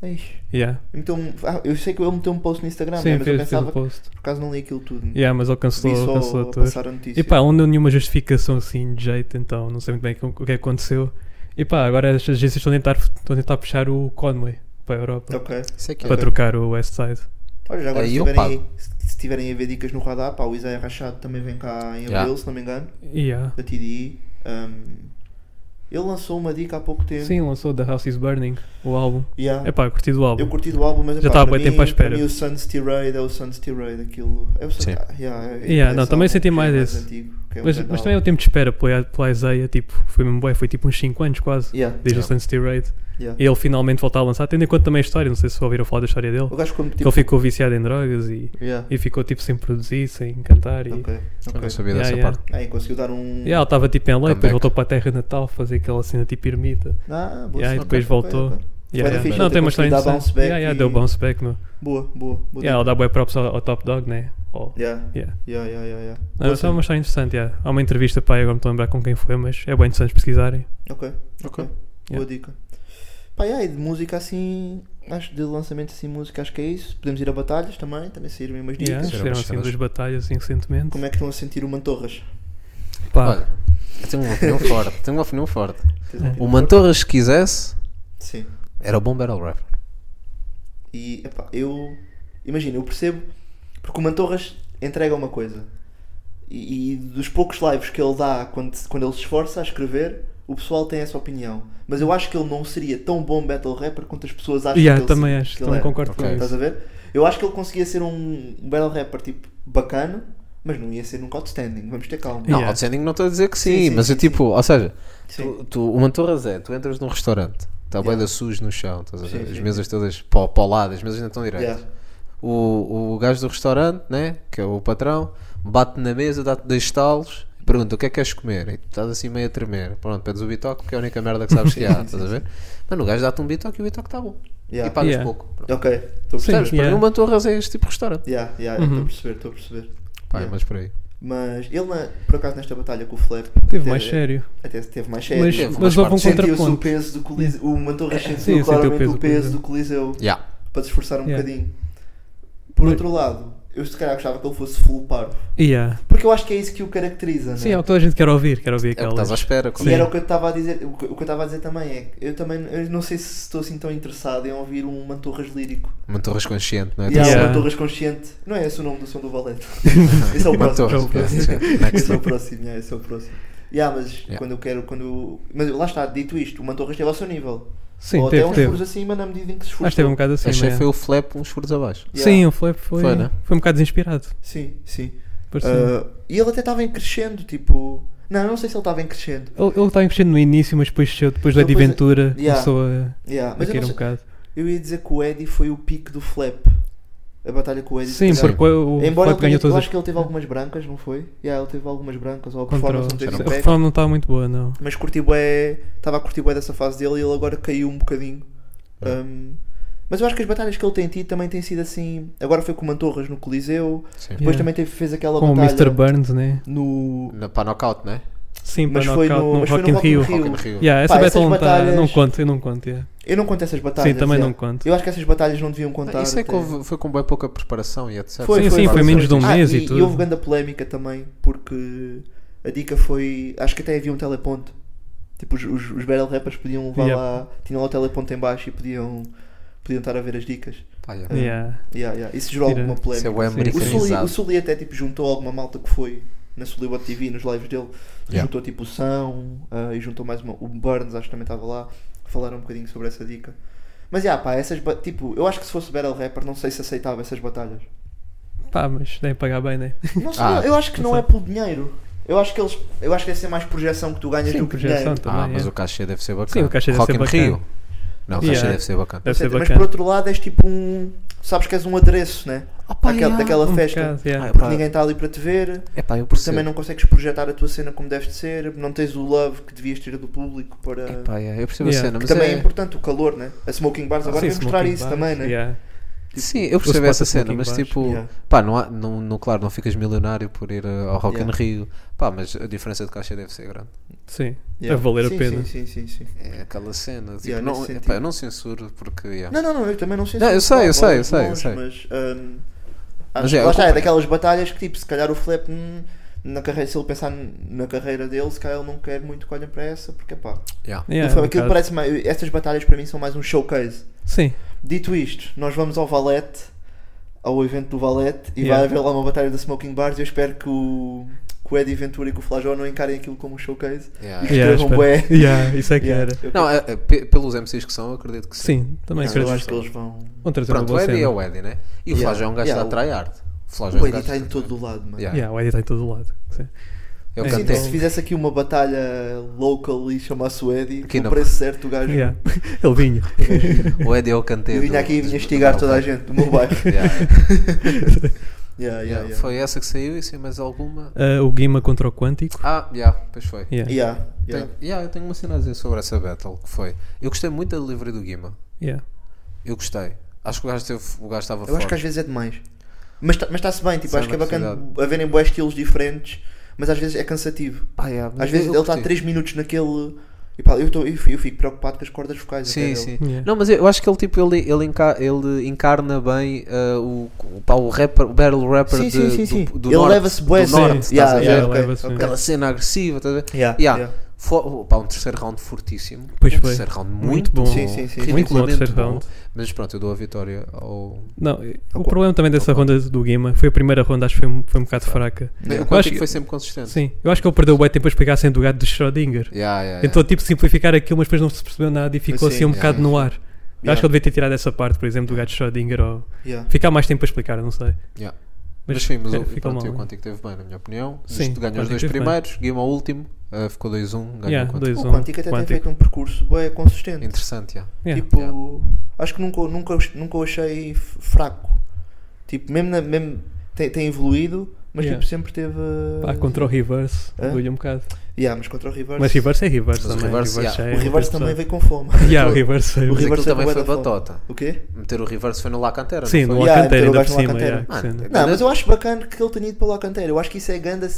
S5: Ai,
S6: Yeah.
S5: Meteu um- ah, eu sei que ele meteu um post no Instagram, né,
S6: Sim,
S5: mas eu
S6: fez, fez o
S5: pensava que
S6: post.
S5: por acaso não li aquilo tudo.
S6: Yeah, mas ele
S5: Vi
S6: cancelou,
S5: só
S6: cancelou
S5: a
S6: a tour.
S5: passar a notícia.
S6: E pá, ele não deu nenhuma justificação assim de jeito, então não sei muito bem o que aconteceu. E pá, agora as agências estão a tentar, estão a tentar puxar o Conway para a Europa
S5: Ok.
S7: Isso é que é.
S6: para trocar o West Side.
S5: Olha, já agora
S7: Aí
S5: se,
S7: eu
S5: tiverem,
S7: pago.
S5: aí- se- se tiverem a ver dicas no radar, pá, o Isaia Rachado também vem cá em abril,
S7: Yeah.
S5: se não me engano,
S6: Yeah.
S5: da TDI. Um, ele lançou uma dica há pouco tempo.
S6: Sim, lançou The House is Burning, o álbum.
S5: Yeah.
S6: É pá, curti do álbum.
S5: Ah. Eu curti do álbum, mas
S6: Já
S5: epá,
S6: estava
S5: para
S6: bué tempo
S5: mim-
S6: à espera.
S5: Para mim, o Sun's Tirade é o Sun's Tirade, aquilo. É o Sun's
S7: Sim.
S5: yeah, é-
S6: Yeah,
S5: esse
S6: não, também
S5: álbum
S6: senti
S5: que é
S6: mais esse.
S5: antigo, que é um
S6: Mas,
S5: grande
S6: mas também é o
S5: álbum.
S6: tempo de espera pela, pela Isaiah, tipo, foi mesmo bué, foi tipo uns 5 anos quase,
S5: Yeah,
S6: desde
S7: Yeah.
S6: o Sunset Raid.
S5: yeah.
S6: E ele finalmente voltar a lançar, tendo em conta também a história, não sei se ouviram falar da história dele,
S5: O gajo como
S6: que
S5: tipo.
S6: ele ficou viciado em drogas e,
S5: Yeah.
S6: e ficou tipo sem produzir, sem cantar. E,
S5: Ok,
S7: Eu
S5: ok.
S7: não sabia
S6: Yeah,
S7: dessa
S6: yeah.
S7: parte.
S5: Aí conseguiu dar um.
S6: E ela estava tipo em lei, depois
S7: Comeback.
S6: voltou para a terra natal fazer aquela cena tipo ermita.
S5: Ah, boa
S6: Yeah,
S5: tá?
S6: e
S5: cena,
S6: depois
S5: ok,
S6: voltou.
S5: ok, ok.
S6: Yeah,
S5: da
S6: yeah.
S5: fixe,
S6: Não,
S5: ele
S6: tem uma
S5: conseguiu
S6: história
S5: dar
S6: interessante.
S5: bounce back
S6: yeah, yeah,
S5: e-
S6: deu bounce back, meu.
S5: Boa, boa. boa
S6: Yeah, ela
S5: dica.
S6: dá boa props ao, ao Top Dog, né? Oh.
S5: Yeah,
S6: Yeah.
S5: yeah, yeah, yeah, yeah.
S6: Não, mas é
S5: Boa
S6: uma
S5: cena.
S6: história interessante, yeah. Há uma entrevista, pá, agora não estou a lembrar com quem foi, mas é bem interessante pesquisarem.
S5: Ok, ok.
S7: Ok.
S5: Boa dica. Pá, yeah, e de música assim. Acho de lançamento assim, música, acho que é isso. Podemos ir a batalhas também, também saíram umas dicas.
S6: Yeah,
S7: Fizeram
S6: fizeram
S7: umas
S6: assim
S7: cenas.
S6: duas batalhas assim, recentemente.
S5: Como é que estão a sentir o Mantorras?
S6: Pá,
S7: Olha, eu tenho uma
S5: [laughs]
S7: opinião forte. Tenho uma opinião forte.
S5: Tens uma
S7: O
S5: opinião?
S7: Mantorras, se quisesse,
S5: Sim.
S7: era bom Battle Rapper.
S5: E epá, eu imagino, eu percebo porque o Mantorras entrega uma coisa. E, e dos poucos lives que ele dá quando, se- quando ele se esforça a escrever, o pessoal tem essa opinião. Mas eu acho que ele não seria tão bom battle rapper quanto as pessoas acham
S6: Yeah,
S5: que ele
S6: também
S5: se-
S6: acho,
S5: que ele
S6: também
S5: é.
S6: concordo
S7: Ok.
S6: com
S5: Estás
S6: isso.
S5: a ver? Eu acho que ele conseguia ser um um battle rapper tipo bacana, mas não ia ser nunca outstanding. Vamos ter calma.
S7: Não,
S6: Yeah.
S7: outstanding não estou a dizer que sim,
S5: Sim, sim,
S7: mas
S5: sim,
S7: é tipo, ou seja,
S5: Sim.
S7: tu, tu, o Mantorras é, tu entras num restaurante, está
S5: Yeah.
S7: yeah. da sujo no chão, estás a ver?
S5: Sim,
S7: as
S5: sim,
S7: mesas todas para, para o lado, as mesas não estão direitas.
S5: Yeah.
S7: O, o gajo do restaurante, né, que é o patrão, bate na mesa, dá-te dois talos, pergunta o que é que queres comer, e tu estás assim meio a tremer. Pronto, pedes o bitoque, que é a única merda que sabes que
S5: [laughs]
S7: há, estás a ver? Mano, o gajo dá-te um bitoque e o bitoque está bom.
S5: Yeah.
S7: E pagas
S6: Yeah.
S7: pouco. Pronto.
S5: Ok, estou a
S6: Sim,
S5: perceber.
S7: Percebes? Para
S6: yeah.
S7: mim, o Mantorras é este tipo de restaurante.
S5: Yeah, yeah,
S6: Uhum.
S5: Estou a perceber, estou a perceber.
S7: Pá,
S5: Yeah.
S7: mas por aí.
S5: Mas ele, na- por acaso, nesta batalha com o Flap,
S6: Teve mais sério.
S5: Até se é, teve
S6: Mas,
S5: mais sério.
S7: Teve
S6: mas
S7: mais
S6: houve um
S7: partes.
S5: Sentiu-se o
S6: contraponto. É,
S5: peso do Coliseu. O Mantorras
S6: Sim,
S5: sentiu
S6: sentiu
S5: claramente
S6: o peso
S5: o
S6: do
S5: peso
S6: Coliseu.
S5: do Coliseu
S7: Yeah. é
S5: para se esforçar um
S6: Yeah.
S5: bocadinho. Por
S6: Mas-
S5: outro lado, eu se calhar gostava que ele fosse full parvo.
S6: Yeah.
S5: Porque eu acho que é isso que o caracteriza, né?
S6: Sim, é o que toda a gente quer ouvir, quer ouvir
S7: É o que
S6: aquela.
S7: estás à espera. é.
S5: E
S7: claro.
S5: era o que eu estava a dizer. O que o que eu estava a dizer também é que eu também eu não sei se estou assim tão interessado em ouvir um Mantorras lírico.
S7: Mantorras consciente, não é?
S5: E há
S6: Yeah.
S5: um Mantorras consciente. Não é esse o nome do som
S7: [laughs]
S5: do Valete. esse é o próximo.
S7: Mantorras, yeah,
S5: esse é o
S7: next.
S5: próximo, yeah, esse é o próximo. Yeah, mas
S7: Yeah.
S5: quando eu quero, quando. Mas lá está, dito isto, o Mantorras esteve ao seu nível.
S6: Sim,
S5: Ou
S6: teve,
S5: até uns furos
S6: teve.
S5: acima na medida em que se
S6: Acho que teve um
S5: esforçou.
S6: bocado assim.
S7: Achei
S6: mas
S7: que
S6: é.
S7: foi o flap uns furos abaixo.
S5: Yeah.
S6: Sim, o Flap foi,
S7: Foi,
S6: foi,
S7: né?
S6: um bocado desinspirado.
S5: Sim, sim.
S6: parecia.
S5: Ah, e ele até estava em crescendo, tipo. Não, não sei se ele estava em crescendo.
S6: Ele ele estava investindo no início, mas depois desceu, depois da
S5: Depois-
S6: Adventura
S5: Yeah.
S6: começou a,
S5: Yeah,
S6: a
S5: mas eu,
S6: cair
S5: não
S6: um
S5: sei-
S6: bocado.
S5: eu ia dizer que o Eddie foi o pique do Flap. A batalha com o Eddie. se
S6: Sim,
S5: calhar.
S6: porque o, o
S5: Embora ele
S6: Flap
S5: tenha,
S6: ganhou
S5: eu
S6: todas as. É.
S5: acho que ele teve algumas brancas, não foi? Yeah, ele teve algumas brancas, ou a
S6: Contra
S5: performance
S6: o...
S5: não teve
S6: A
S5: tão bem.
S6: reforma não estava muito boa, não.
S5: Mas curti bué, estava a curtir bué dessa fase dele e ele agora caiu um bocadinho.
S7: É.
S5: Um, mas eu acho que as batalhas que ele tem tido também têm sido assim. Agora foi com o Mantorras no Coliseu,
S7: Sim.
S5: depois
S6: Yeah.
S5: também teve, fez aquela
S6: Com o
S5: batalha
S6: Mr. Burns, né?
S5: no.
S7: Na, para knockout, né?
S6: Sim,
S5: Mas
S6: para
S5: foi
S6: knockout
S5: no,
S6: no
S5: mas foi
S6: Rock in Rio.
S7: Rock in Rio.
S6: Yeah, essa
S5: Pá, essas
S6: battle não está. Não
S5: batalhas-
S6: conto, eu não conto. yeah.
S5: Eu não conto essas batalhas.
S6: Sim, também
S5: yeah.
S6: não conto.
S5: Eu acho que essas batalhas não deviam
S7: Ah,
S5: contar.
S7: Isso é que
S5: até.
S7: houve- foi com bem pouca preparação e etc. é
S6: Sim, sim, foi menos de um
S5: Ah,
S6: mês e tudo.
S5: houve grande polémica também, porque a dica foi. Acho que até havia um teleponto Tipo, os, os, os battle rappers podiam levar
S6: Yeah.
S5: lá, tinham lá o teleponto em baixo e podiam, podiam estar a ver as dicas.
S7: Pá, Ah, yeah.
S5: É.
S6: Yeah.
S5: Yeah, yeah. Isso gerou
S6: Tira-
S5: alguma
S7: Isso é
S5: polémica.
S7: bué
S6: Sim.
S5: O Sully, o
S7: americanizado.
S5: Sully até tipo, juntou alguma malta que foi na Sully What TV, nos lives dele,
S7: Yeah.
S5: juntou tipo o São ah, e juntou mais uma. O Burns acho que também estava lá, falaram um bocadinho sobre essa dica. Mas yeah, pá, essas ba- tipo, eu acho que se fosse Battle Rapper não sei se aceitava
S6: [laughs]
S5: essas batalhas.
S6: Pá, mas nem pagar bem, né?
S5: Não sei,
S7: Ah,
S5: eu acho que
S6: não
S5: não é
S6: sei.
S5: pelo dinheiro. Eu acho que eles. Eu acho que deve ser mais projeção que tu ganhas
S6: Sim,
S5: do que
S6: projeção
S5: dinheiro.
S6: também.
S7: Ah, mas
S6: é.
S7: o cachê deve ser bacana.
S6: Sim, o cachê deve
S7: Rock
S6: ser
S7: in
S6: bacana.
S7: Rio. Não, o cachê
S6: Yeah.
S7: deve ser bacana.
S6: Deve ser
S5: Mas
S6: bacana.
S5: por outro lado és tipo um. Sabes que és um adereço, né? Daquela- daquela
S6: Um
S5: festa.
S6: bocado, yeah.
S7: Ah,
S5: porque
S7: pá.
S5: ninguém está ali para te ver.
S7: É pá, eu
S5: Porque também
S7: percebo.
S5: não consegues projetar a tua cena como deve de ser, não tens o love que devias ter do público para.
S7: É pá, yeah, eu percebo
S6: Yeah.
S7: a cena,
S5: que
S7: mas
S5: também é...
S7: é...
S5: importante o calor, né? A Smoking Bars agora
S6: Sim,
S5: vai mostrar
S6: smoking
S5: isso
S6: bars,
S5: também, né?
S6: yeah.
S7: Sim, eu percebo
S6: spot
S7: essa
S6: da
S7: cena,
S6: Smoking
S7: mas
S6: Bars.
S7: tipo,
S5: Yeah.
S7: pá, não há, não, não, claro, não ficas milionário por ir uh, ao Rock in
S5: Yeah.
S7: Rio, pá, mas a diferença de caixa deve ser grande.
S6: Sim,
S5: Yeah.
S6: a valer
S5: Sim,
S6: a pena.
S5: Sim, sim, sim, sim.
S7: É aquela cena, tipo,
S5: Yeah,
S7: não,
S5: nesse
S7: epá,
S5: sentido.
S7: eu não censuro porque, yeah.
S5: Não, não, não, eu também não sei
S7: Não, eu sei, eu sei, eu
S5: longe,
S7: sei, eu sei.
S5: Mas, hum,
S7: Mas é, eu
S5: acho que lá está, é
S7: acompanho.
S5: daquelas batalhas que tipo, se calhar o Flap hum, na carreira, se ele pensar na carreira dele, se calhar ele não quer muito que olhem para essa, porque pá.
S7: yeah.
S6: Yeah,
S5: Flap,
S6: um
S5: aquilo
S6: bocado.
S5: parece mais, essas batalhas para mim são mais um showcase.
S6: Sim,
S5: Dito isto, nós vamos ao Valete, ao evento do Valete, e
S6: Yeah.
S5: vai haver lá uma batalha da Smoking Bars. e Eu espero que o, que o Eddie Ventura e que o Flajó não encarem aquilo como um showcase.
S7: Yeah, yeah.
S5: Yeah.
S6: yeah,
S5: escrevam
S6: espero- Yeah, isso é que
S5: Yeah,
S6: era.
S5: eu-
S7: Não, é- é, pe- pelos MCs que são, eu acredito que sim.
S6: Sim, também
S5: eu
S6: acredito.
S5: acho que eles vão.
S6: Vão trazer uma
S7: Pronto, o
S6: boa
S7: Eddie é
S6: cena.
S7: o Eddie, né? E o
S5: Yeah.
S7: Flávio é um gajo
S5: Yeah,
S7: da
S5: o-
S7: tryhard. O Flávio é
S5: O
S7: um
S5: Eddie
S7: gajo
S5: está em
S7: da
S5: todo
S7: tryhard.
S5: o lado, mano.
S7: Yeah. é um
S6: Yeah, o Eddie está em todo o lado. Sim.
S7: Eu
S6: É,
S5: Sinto que se
S7: cantei.
S5: fizesse aqui uma batalha local e chamasse o Eddie,
S7: Aqui
S5: no
S7: não.
S5: preço certo o gajo
S6: Yeah. [laughs] Ele vinha.
S7: O Eddie é o cantei.
S5: eu vinha
S7: do-
S5: aqui e
S7: dos-
S5: vinha estigar
S7: do-
S5: toda a gente do
S7: [laughs]
S5: meu bairro.
S7: Yeah, yeah,
S5: Yeah, [laughs] yeah, yeah.
S7: Foi essa que saiu e sem mais alguma.
S6: Ah, o Guima contra o Quântico.
S7: Ah, yeah, pois foi.
S6: Yeah.
S5: Yeah, yeah.
S7: Tenho- yeah, eu tenho uma cena a dizer sobre essa battle que foi. Eu gostei muito da delivery do Guima.
S6: Yeah.
S7: Eu gostei. Acho que o gajo, teve, o gajo estava
S5: Eu acho que às
S7: forte.
S5: vezes é demais. Mas está se bem, tipo,
S7: Sem
S5: acho que é bacana
S7: necessidade.
S5: haverem bons estilos diferentes, mas às vezes é cansativo.
S7: Ah, yeah, mas
S5: Às vezes
S7: eu
S5: ele tá está
S7: curti.
S5: 3 minutos naquele. E pá, eu, tô, eu fico eu fico preocupado com as cordas vocais.
S7: Sim,
S5: até dele.
S7: sim.
S6: Yeah.
S7: Não, mas eu eu acho que ele, tipo, ele, ele, enca- ele encarna bem ah, o, o, pá, o, rapper, o battle rapper
S5: Sim,
S7: de,
S5: sim, sim, sim.
S7: do, do
S5: Ele
S7: norte.
S5: leva-se bué
S7: do
S5: sim.
S7: norte, estás
S5: Yeah,
S7: a ver?
S5: yeah,
S6: Ele
S5: ok,
S6: leva-se
S5: ok.
S6: mesmo.
S7: Aquela cena agressiva, estás a ver?
S5: Yeah,
S7: Yeah.
S5: yeah.
S7: Fo- pá, um terceiro round fortíssimo.
S6: Pois
S7: um
S6: foi.
S7: terceiro round
S6: Muito
S7: muito
S6: bom.
S7: bom.
S5: Sim, sim, sim.
S6: Muito
S5: Muito
S6: bom o
S7: ridiculamente
S6: terceiro
S7: bom.
S6: round.
S7: Mas pronto, eu dou a vitória ao.
S6: Não, e- o
S5: Ao Qu-
S6: problema também dessa ronda do Guima foi a primeira ronda, acho que foi, um- foi um bocado fraca.
S5: Eu
S7: O
S5: acho
S7: Quantic
S6: que-
S7: foi sempre consistente.
S6: Sim, eu acho que ele perdeu o tempo a explicar sendo do gato de Schrödinger.
S7: Yeah, yeah, yeah.
S6: Tentou tipo simplificar aquilo, mas depois não se percebeu nada e ficou
S5: Sim,
S6: assim um
S7: yeah.
S6: bocado no ar. Eu
S5: Yeah.
S6: acho que ele devia ter tirado essa parte, por exemplo, do gato de Schrödinger ou
S5: Yeah.
S6: ficar mais tempo a explicar, não sei.
S7: Yeah. Mas, sim, mas
S6: é,
S7: o,
S6: ficou
S7: pronto, e o
S6: mal.
S7: Quantic teve bem, na minha opinião.
S6: Sim,
S7: Isto ganhou os
S6: Quantic
S7: dois
S6: teve bem.
S7: primeiros, ganhou ao último, ah, ficou 2-1, ganhou
S6: Yeah,
S7: o Quantic.
S5: O
S6: 2-1.
S5: Quantic até tem
S6: Quantic.
S5: feito um percurso bem consistente.
S7: Interessante, yeah.
S6: Yeah.
S5: Tipo,
S7: Yeah.
S5: acho que nunca, nunca, nunca o achei f- fraco. Tipo, mesmo, na- mesmo tem, tem evoluído, mas
S6: Yeah.
S5: tipo, sempre teve. uh,
S6: Pá, contra o Reverse,
S5: Hã?
S6: doeu um bocado.
S5: Yeah, mas contra o Reverse.
S6: Mas Reverse é Reverse
S7: Mas é o
S6: também.
S7: Reverse, yeah.
S5: o
S6: outra
S5: Reverse também
S6: pessoa.
S5: veio com fome. [laughs]
S6: Yeah, o Reverse é
S5: O
S7: Mas
S6: outra-
S5: Reverse
S7: aquilo também
S5: foi bué
S7: foi
S5: da foda.
S7: batota.
S5: O quê?
S7: Meter o reverse foi no La Cantera, não
S6: Sim, no
S7: foi?
S5: Yeah,
S6: Alcantara, ainda
S5: entrou o
S6: por
S5: gajo no
S6: cima. yeah,
S5: Alcantara.
S6: que cena.
S5: Não,
S7: Grande-
S5: mas eu acho bacana que ele tenha ido para o Alcantara. Eu acho que isso é ganda.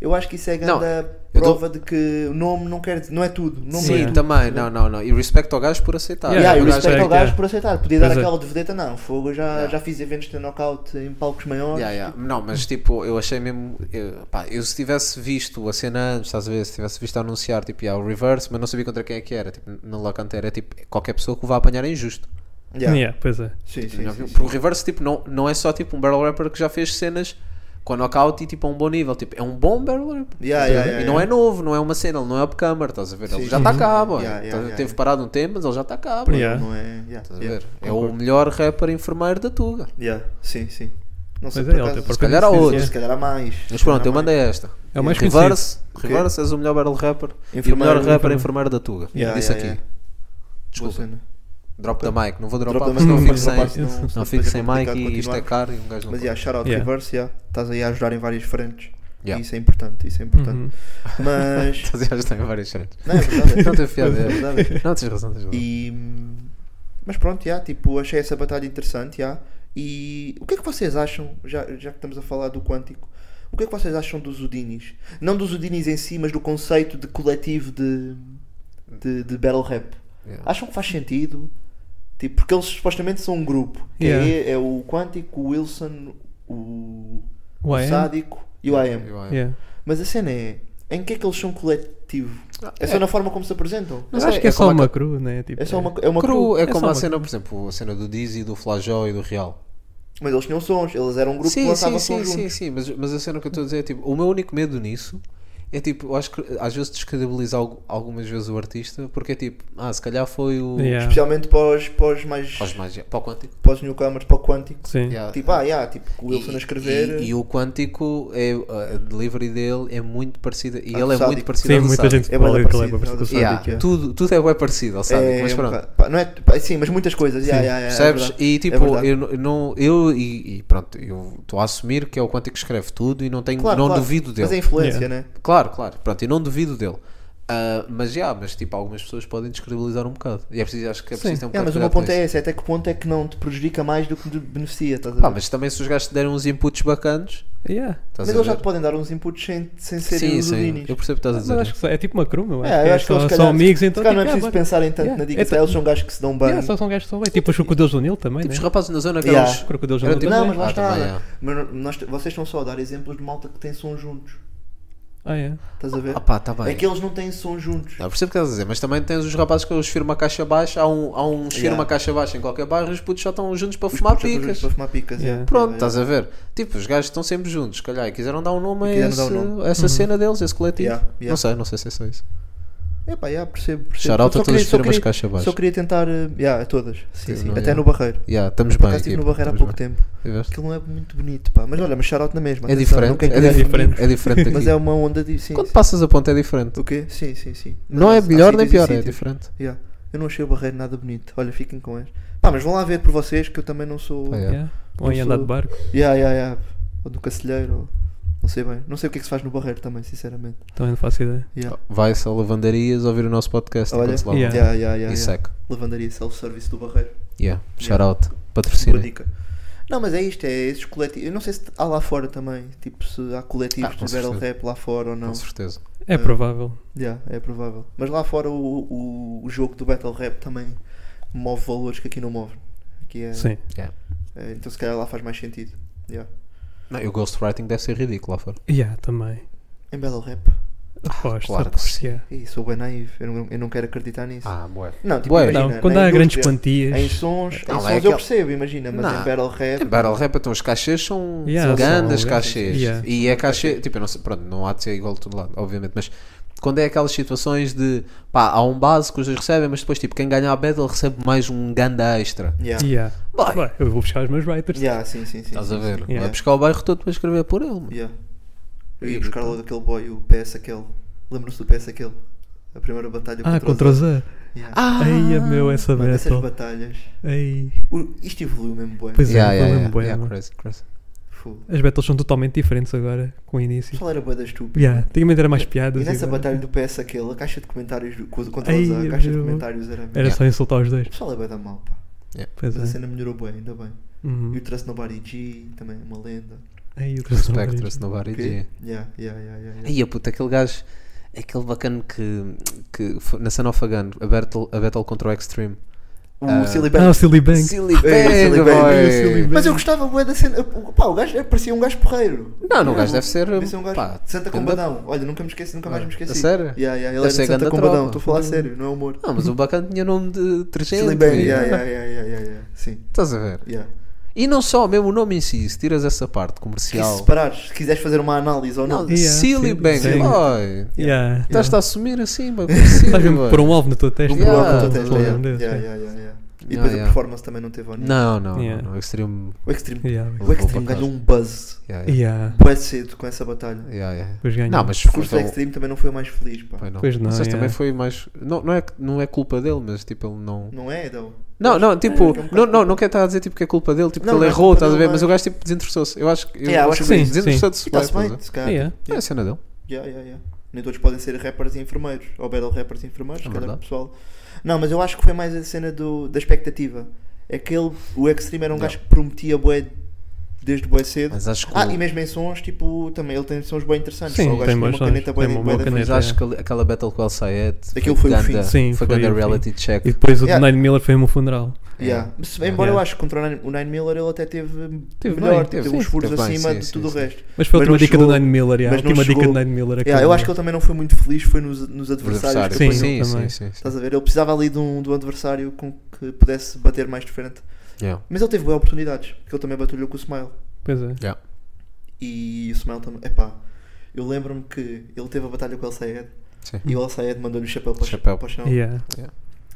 S5: Eu acho que isso é
S7: Não,
S5: ganda
S7: eu
S5: prova de que o nome não quer dizer- não é tudo. Não
S7: Sim,
S5: é tudo.
S7: também, não, não, não. E respeito ao gajo por aceitar.
S5: Yeah,
S6: Yeah,
S5: eu
S7: O gajo- é
S5: respeito ao
S6: yeah.
S5: gajo por aceitar. Podia dar
S6: Pois é.
S5: aquela de vedeta, não. Fogo, eu já,
S7: Yeah.
S5: já fiz eventos de knockout em palcos maiores.
S7: Yeah, yeah. Não, mas tipo, eu achei mesmo. Eu, pá, eu se tivesse visto a cena antes, estás a ver? Se tivesse visto a anunciar, tipo, yeah, o reverse, mas não sabia contra quem é que era. Tipo, na La Cantera é tipo, qualquer pessoa que o vá apanhar é injusto.
S5: Yeah.
S6: Yeah, pois é.
S5: Sim, sim,
S7: Porque
S5: sim, sim.
S7: o reverse, tipo, não, não é só tipo um barrel rapper que já fez cenas com knockout e tipo a um bom nível. Tipo, é um bom barrel rapper.
S5: Yeah,
S7: Estás a
S5: yeah,
S7: ver?
S5: yeah,
S7: e não
S5: yeah.
S7: é novo, não é uma cena, ele não é upcomer, estás a ver? Ele
S5: Sim,
S7: já
S5: sim,
S7: está
S5: sim.
S7: cá, boy.
S5: Yeah, yeah,
S7: Estás a ver?
S5: yeah,
S7: Teve
S5: yeah.
S7: parado um tempo, mas ele já está cá, boy.
S5: Não,
S6: Yeah.
S5: Não é. yeah,
S7: Estás a
S5: yeah,
S7: ver? É
S5: concordo.
S7: o melhor rapper enfermeiro da Tuga.
S5: Yeah, Sim, sim. Não sei
S6: Pois
S5: por
S6: é, ele
S5: acaso,
S6: tem
S5: se
S6: própria
S7: calhar há
S6: licença,
S7: outros.
S5: calhar- se calhar há mais.
S7: Mas
S5: se calhar
S7: pronto, eu
S5: há mais.
S7: mandei esta.
S6: É o mais conhecido.
S7: Reverse, Reverse és o melhor barrel rapper e o
S5: Enfermeiro,
S7: melhor rapper
S6: enfermeiro.
S7: enfermeiro da Tuga.
S5: Yeah,
S7: Disse
S5: yeah,
S7: aqui.
S5: yeah. Boa
S7: Desculpa,
S5: cena.
S7: drop da mic. Não vou dropar
S5: Drop da
S7: porque
S5: mic,
S7: não fico
S5: mas
S7: sem,
S5: drop-out, senão-
S7: não
S5: senão
S7: fico
S5: depois é
S7: sem mic
S5: complicado
S7: e isto é
S5: continuar.
S7: caro e um gajo não
S5: Mas
S7: pode.
S5: yeah, shout out
S6: Yeah.
S5: Reverse, yeah. estás aí a ajudar em várias frentes.
S7: Yeah.
S5: E isso é importante, isso é importante.
S6: Uhum.
S5: [laughs]
S6: [laughs]
S5: Mas.
S7: [laughs] Estás a gastar em várias cenas.
S5: [laughs] não, é verdade.
S7: Não teve
S5: É
S7: piada. é.
S5: verdade.
S7: Não, tens razão, tens razão.
S5: E, mas pronto, já, tipo, achei essa batalha interessante, já. E o que é que vocês acham, já, já que estamos a falar do Quântico, o que é que vocês acham dos Udinis? Não dos Udinis em si, mas do conceito de coletivo de, de, de battle rap.
S7: Yeah.
S5: Acham que faz sentido? Tipo, porque eles supostamente são um grupo. que
S6: Yeah.
S5: é, é o Quântico, o Wilson, o,
S6: O
S5: o
S6: AM?
S5: Sádico e o AM.
S7: Eu-
S6: Yeah.
S5: Mas a cena é, Em que é que eles são coletivo? É,
S7: É.
S5: só na forma como se apresentam?
S7: Mas
S6: Mas acho
S7: é-
S6: que é,
S7: é
S6: só
S7: como a
S6: uma cru, né? Tipo,
S5: É só uma, é uma
S7: Cru é,
S6: é
S7: como
S6: só
S7: a
S6: uma-
S7: cena, por exemplo, a cena do Dizzy, do Flajó e do Real.
S5: Mas eles tinham sons, eles eram um grupo que
S7: Sim,
S5: lançava
S7: sim,
S5: sons
S7: sim,
S5: juntos.
S7: sim, sim, mas, mas a cena que eu estou a dizer é tipo, o meu único medo nisso é tipo, eu acho que às vezes descredibiliza algu- algumas vezes o artista porque é tipo, ah, se calhar foi o.
S6: Yeah.
S5: Especialmente para os, para os mais.
S7: Faz mais, yeah, para o Quântico.
S5: para os newcomers, para o Quântico.
S6: Sim.
S7: Yeah.
S5: Tipo, ah, yeah, tipo, o Wilson a escrever.
S7: E, e o Quântico, é, a delivery dele é muito parecida. E
S5: Ah,
S7: ele é
S5: sádico.
S7: muito parecido
S6: Sim,
S7: ao do
S6: muita
S7: Sádico.
S6: gente
S5: É
S6: fala que
S5: bué
S6: ele é
S5: parecido,
S6: para
S5: é
S7: Yeah,
S5: sádico, é.
S7: tudo, tudo é bem parecido ao Sádico,
S5: é,
S7: mas
S5: um
S7: pronto.
S5: bocado- pá, não é, pá, sim, mas muitas coisas. yeah, yeah, yeah, é
S7: Percebes?
S5: verdade.
S7: e
S5: É
S7: tipo,
S5: verdade.
S7: eu n- não, eu e, e pronto, eu estou a assumir que é o Quântico que escreve tudo e não tenho,
S5: Claro,
S7: não
S5: claro,
S7: duvido dele.
S5: Mas é influência,
S6: Yeah.
S5: né?
S7: Claro, claro. Pronto, eu não duvido dele. Ah, mas já, mas tipo, algumas pessoas podem descredibilizar um bocado. E é preciso, acho que é preciso ter um
S5: É,
S7: bocado
S5: mas
S7: de
S5: o
S7: cuidado
S5: meu
S7: com
S5: ponto é
S7: isso.
S5: esse, é até que ponto é que não te prejudica mais do que te beneficia, estás a ver?
S7: Pá, mas também se os gajos te derem uns inputs bacanos,
S6: Yeah.
S7: estás
S5: Mas
S7: a
S5: eles
S7: ver?
S5: já um te podem dar uns inputs sem, sem serem
S7: Sim,
S5: os
S7: sim,
S5: Odinis.
S7: eu percebo o que estás a
S6: Mas
S7: dizer.
S6: acho que só- é tipo uma cru, meu.
S5: É, eu acho que
S6: só,
S5: eles se
S6: só
S5: calhar-
S6: amigos, então.
S5: se calhar não é
S6: tipo,
S5: preciso
S6: ah, bora.
S5: pensar em tanto
S6: Yeah,
S5: na dica.
S6: é
S5: se calhar eles são gajos que se dão bem.
S6: Yeah, só são gajos que estão bem. Tipo os crocodilos do Nil também,
S7: Tipo,
S6: né?
S7: os rapazes na zona que
S5: Yeah.
S7: eles...
S6: Crocodilos do
S7: Era
S6: Nil.
S7: tipo-
S5: Não,
S6: também.
S5: mas lá
S7: Ah,
S5: está.
S7: também, é.
S5: né? Mas nós- vocês estão só a dar exemplos de malta que tem som juntos.
S6: Ah, é.
S5: Estás a ver?
S7: Ah pá, tá bem.
S5: é que eles não têm som juntos.
S7: Não, eu percebo o que estás a dizer, mas também tens os rapazes que eles firma caixa baixa, há, um, há uns firma
S5: Yeah.
S7: caixa baixa em qualquer bairro e os putos só estão juntos para fumar
S5: Puxa,
S7: picas.
S5: Para fumar picas,
S6: Yeah.
S5: é.
S7: Pronto,
S5: É.
S7: estás a ver? Tipo, os gajos estão sempre juntos, se calhar, e quiseram dar um nome a,
S5: Quiseram dar
S7: esse-
S5: um nome.
S7: a
S6: Uhum.
S7: essa cena deles, esse coletivo.
S5: Yeah, yeah.
S7: Não sei, não sei se é só isso.
S5: É pá, yeah, percebo, percebo.
S7: Shout out
S5: Só
S7: a todas
S5: queria-
S7: as
S5: só
S7: firmas
S5: queria-
S7: caixa baixa.
S5: Só queria tentar, eh, yeah, a todas. Sim,
S7: Sim,
S5: sim.
S7: não,
S5: Até
S7: yeah.
S5: no Barreiro.
S7: Yeah, estamos
S5: Por
S7: bem.
S5: acaso estive tipo no
S7: equipa,
S5: Barreiro há
S7: estamos
S5: pouco
S7: bem.
S5: tempo.
S7: Tiveste?
S5: Aquilo não é muito bonito, pá. Mas olha, mas shout out na mesma.
S7: É
S5: atenção, não
S7: diferente,
S5: quero
S7: é
S5: criar-
S7: diferente, é diferente daqui.
S5: [laughs] Mas é uma onda de. Sim,
S7: Quando
S5: sim.
S7: passas a ponte é diferente.
S5: O quê? Sim, sim, sim. Mas
S7: Não
S5: há-
S7: é
S5: há
S7: melhor nem
S5: sítios e
S7: pior, é
S5: sítios.
S7: diferente.
S5: Yeah. Eu não achei o Barreiro nada bonito. Olha, fiquem com este. Pá, mas vão lá ver por vocês que eu também não sou.
S7: Pá, yeah.
S6: Yeah. Ou em
S5: Eu
S6: andar
S5: sou-
S6: de barco.
S5: Yeah, yeah, yeah. Ou do Cacilheiro. Ou... Não sei bem. Não sei o que é que se faz no Barreiro também, sinceramente.
S6: Também não faço ideia.
S5: Yeah.
S7: Vai-se a lavandarias ouvir o nosso podcast
S5: Olha,
S7: enquanto se lavam.
S6: Yeah.
S5: Yeah, yeah, yeah,
S7: E
S5: yeah.
S7: seca.
S5: Lavandaria self-service do Barreiro.
S7: Yeah. Shout
S5: Yeah.
S7: out.
S5: Boa
S7: Patrocínio.
S5: dica. Não, mas é isto, é esses coletivos. Eu não sei se há lá fora também. Tipo, se há coletivos
S7: Ah, com
S5: de barrel
S7: certeza.
S5: rap lá fora ou não.
S7: Com certeza.
S6: É
S5: Ah.
S6: provável.
S5: Yeah, é provável. Mas lá fora o, o, o jogo do battle rap também move valores que aqui não move. Aqui é,
S6: Sim.
S5: é, então se calhar lá faz mais sentido. Yeah.
S7: Não, e o ghostwriting deve ser ridículo lá fora.
S6: Yeah, também.
S5: Em battle rap.
S6: Aposto.
S7: claro que
S6: aposto,
S7: sim.
S6: yeah.
S5: Ih, sou bem naivo. Eu não, eu não quero acreditar nisso.
S7: Ah, boé.
S5: Não, tipo,
S7: Bué.
S5: imagina,
S6: Não, quando
S5: na
S6: há grandes
S5: indústria, Em
S6: quantias.
S5: sons,
S7: Não,
S5: em
S7: é
S5: sons eu
S7: aquele-
S5: percebo, imagina, mas
S7: Não.
S5: em battle rap.
S7: É Battle Rap, então os cachês são
S6: Yeah,
S7: grandes
S6: são-
S7: cachês.
S6: Yeah.
S7: E é cachê, tipo, eu não sei, pronto, não há de ser igual de todo lado, obviamente, mas quando é aquelas situações de pá, há um base que os dois recebem, mas depois, tipo, quem ganha a battle recebe mais um ganda extra.
S5: Yeah.
S6: Yeah.
S7: Vai.
S6: Bem, eu vou buscar os meus writers.
S5: Yeah, sim, sim, sim.
S7: Estás
S5: sim,
S7: a ver?
S5: sim.
S7: Vai
S6: Yeah.
S7: buscar o bairro todo para escrever por ele. mano.
S5: Yeah. Eu ia
S7: E-
S5: buscar logo daquele boy, o PS aquele. Lembram-se do PS aquele? A primeira batalha
S6: Ah, contra o Zé. Ah, Ai, meu, essa
S5: Mano, essas
S6: battle.
S5: batalhas.
S6: Ai.
S5: O- isto evoluiu mesmo, boy.
S6: Pois
S7: Yeah,
S6: é,
S7: yeah,
S6: eu
S7: yeah,
S6: lembro-me,
S7: yeah,
S6: mano.
S7: crazy, crazy.
S5: Fogo.
S6: As battles são totalmente diferentes agora, com o
S5: O
S6: início.
S5: pessoal era boy da estúpida.
S6: Yeah, antigamente era mais piadas.
S5: E nessa
S6: agora-
S5: batalha do PS aquele, a caixa de comentários do, co- contra
S6: Ai,
S5: o Zé, a caixa de
S6: meu.
S5: comentários era mesmo.
S6: Era só insultar os dois.
S5: O pessoal é bué da mal, pá.
S6: Pois
S5: Mas a
S6: é.
S5: cena melhorou bem, ainda bem.
S6: Uhum.
S5: E o Trust Nobody G, também é uma lenda.
S6: Ai, eu um
S7: Respect, trust nobody.
S5: Ok?
S7: Okay.
S5: Yeah, yeah, yeah, yeah, yeah.
S7: Aí, puta, aquele gajo, aquele bacano que, que foi na Cena of a Gun, a battle, a battle contra o Extreme.
S5: O
S7: Ah.
S5: Silly
S6: Ah, o
S5: Bank.
S6: Silly Bang.
S7: Silly
S5: Silly
S7: Bang,
S5: Bang,
S7: boy.
S6: Silly Bang.
S5: Mas eu gostava bué da cena. o- Pá, o gajo parecia um gajo porreiro.
S7: Não, não, o gajo deve ser.
S5: Deve ser um gajo
S7: pá,
S5: de Santa
S7: ganda-
S5: Combadão. Olha, nunca me esqueci, nunca mais me
S7: Ah,
S5: esqueci.
S7: a sério?
S5: Yeah, yeah, ele
S7: Deve
S5: era de
S7: ser
S5: Santa
S7: ganda
S5: Combadão,
S7: tropa.
S5: estou a falar a sério, não é humor.
S7: Não, mas o bacana tinha nome de 300.
S5: Silly Bang,
S7: e-
S5: yeah, yeah, yeah, yeah, yeah, yeah. Sim,
S7: Estás a ver?
S5: yeah.
S7: E não só, mesmo o nome em si, se tiras essa parte
S5: Que se
S7: comercial.
S5: separares, se quiseres fazer uma análise ou
S7: Não,
S5: não.
S6: Yeah,
S7: Silly
S6: sim,
S7: Bang,
S6: sim.
S7: boy.
S6: Yeah.
S7: Estás-te a assumir assim,
S5: [laughs]
S7: boy. como Silly
S6: Estás mesmo
S7: Boy.
S6: a pôr um alvo na tua testa.
S5: Um
S7: Yeah.
S6: um
S5: problema com a
S7: Yeah,
S5: testa,
S6: alvo
S5: yeah,
S6: na
S5: yeah,
S6: testa,
S5: yeah, yeah, yeah. E
S7: Yeah,
S5: depois a
S7: yeah.
S5: performance também não teve ao nível.
S7: Não, não,
S6: Yeah.
S7: não, não. Extreme.
S5: O Extreme,
S6: Yeah.
S5: o Extreme
S7: Vou
S5: ganhou um buzz
S7: Yeah, yeah.
S6: Yeah.
S5: bué cedo com essa batalha.
S7: Yeah, yeah.
S6: Depois ganhou.
S7: Não, mas
S5: O curso do
S7: foi-
S5: Extreme também não foi o mais feliz, pá.
S7: foi não.
S6: Pois não,
S7: Não sei se também
S6: yeah.
S7: foi mais. Não, não, é, que- não é culpa dele, mas tipo, ele não.
S5: Não é, Edão?
S7: Não, não, tipo,
S5: é um bocado
S7: não, não, não quero estar a dizer tipo, que é culpa dele, tipo,
S5: Não,
S7: que ele
S5: não é
S7: errou,
S5: culpa
S7: estás a
S5: dele,
S7: ver? Mas
S5: mas-
S7: o gajo tipo, desinteressou-se. Eu acho que.
S5: Yeah, eu acho que
S6: sim, sim.
S7: Desinteressou-se.
S5: E está-se
S7: bué,
S5: bem,
S7: estás
S5: se calhar. tipo,
S6: Yeah.
S7: a ver? É a cena dele.
S5: Yeah, yeah, yeah. Nem todos podem ser rappers e enfermeiros, ou battle rappers e enfermeiros, se
S7: É
S5: calhar o
S7: verdade.
S5: pessoal. Não, mas eu acho que foi mais a cena do, da expectativa. É que ele, o Extreme era um
S7: Yeah.
S5: gajo que prometia bué desde bué cedo.
S7: Mas acho que.
S5: Ah,
S7: o-
S5: e mesmo em sons, tipo, também ele tem sons bem interessantes.
S6: Sim,
S5: só o gajo
S6: tem
S5: tem uma
S6: bons sons,
S5: caneta bué
S6: tem uma
S5: bué
S6: boa
S5: da
S6: caneta.
S7: Mas
S5: fixe.
S7: acho que ali- aquela battle com o El Sayed
S5: Aquilo foi o fim.
S7: ganda-
S6: Sim,
S7: foi
S6: foi
S7: ganda
S6: o fim.
S7: reality check.
S6: E depois o
S5: Yeah.
S6: de Nine Miller foi um funeral.
S5: Yeah. Se- Embora eu
S6: Yeah.
S5: acho que contra o Nine- o Nine Miller ele até teve,
S6: Teve
S5: melhor,
S6: bem,
S5: teve,
S7: teve,
S5: uns
S7: sim,
S5: furos
S7: teve bem,
S5: acima
S7: sim,
S5: de
S7: sim,
S5: tudo
S7: sim.
S5: o resto.
S6: Mas foi a
S5: Mas
S6: última
S5: não
S6: dica do
S5: chegou-
S6: Nine Miller, yeah,
S5: mas
S6: a
S5: não
S6: última dica
S5: chegou-
S6: do Nine Miller.
S5: Yeah, eu
S6: aquela-
S5: acho que ele também não foi muito feliz, foi nos, nos adversários
S7: Adversário.
S5: que
S7: Sim, sim,
S5: apanhou.
S7: sim,
S6: também.
S7: sim. sim.
S5: Estás a ver? Ele precisava ali de um, de um adversário com que pudesse bater mais de frente.
S7: Yeah.
S5: Mas ele teve boas oportunidades, porque ele também batalhou com o Smile.
S6: Pois é.
S5: E o Smile também. Epá, eu lembro-me que ele teve a batalha com o El Sayed
S7: Sim.
S5: e o El Sayed mandou-lhe o chapéu para, o ch-
S7: Chapéu.
S5: para o chão.
S6: Yeah.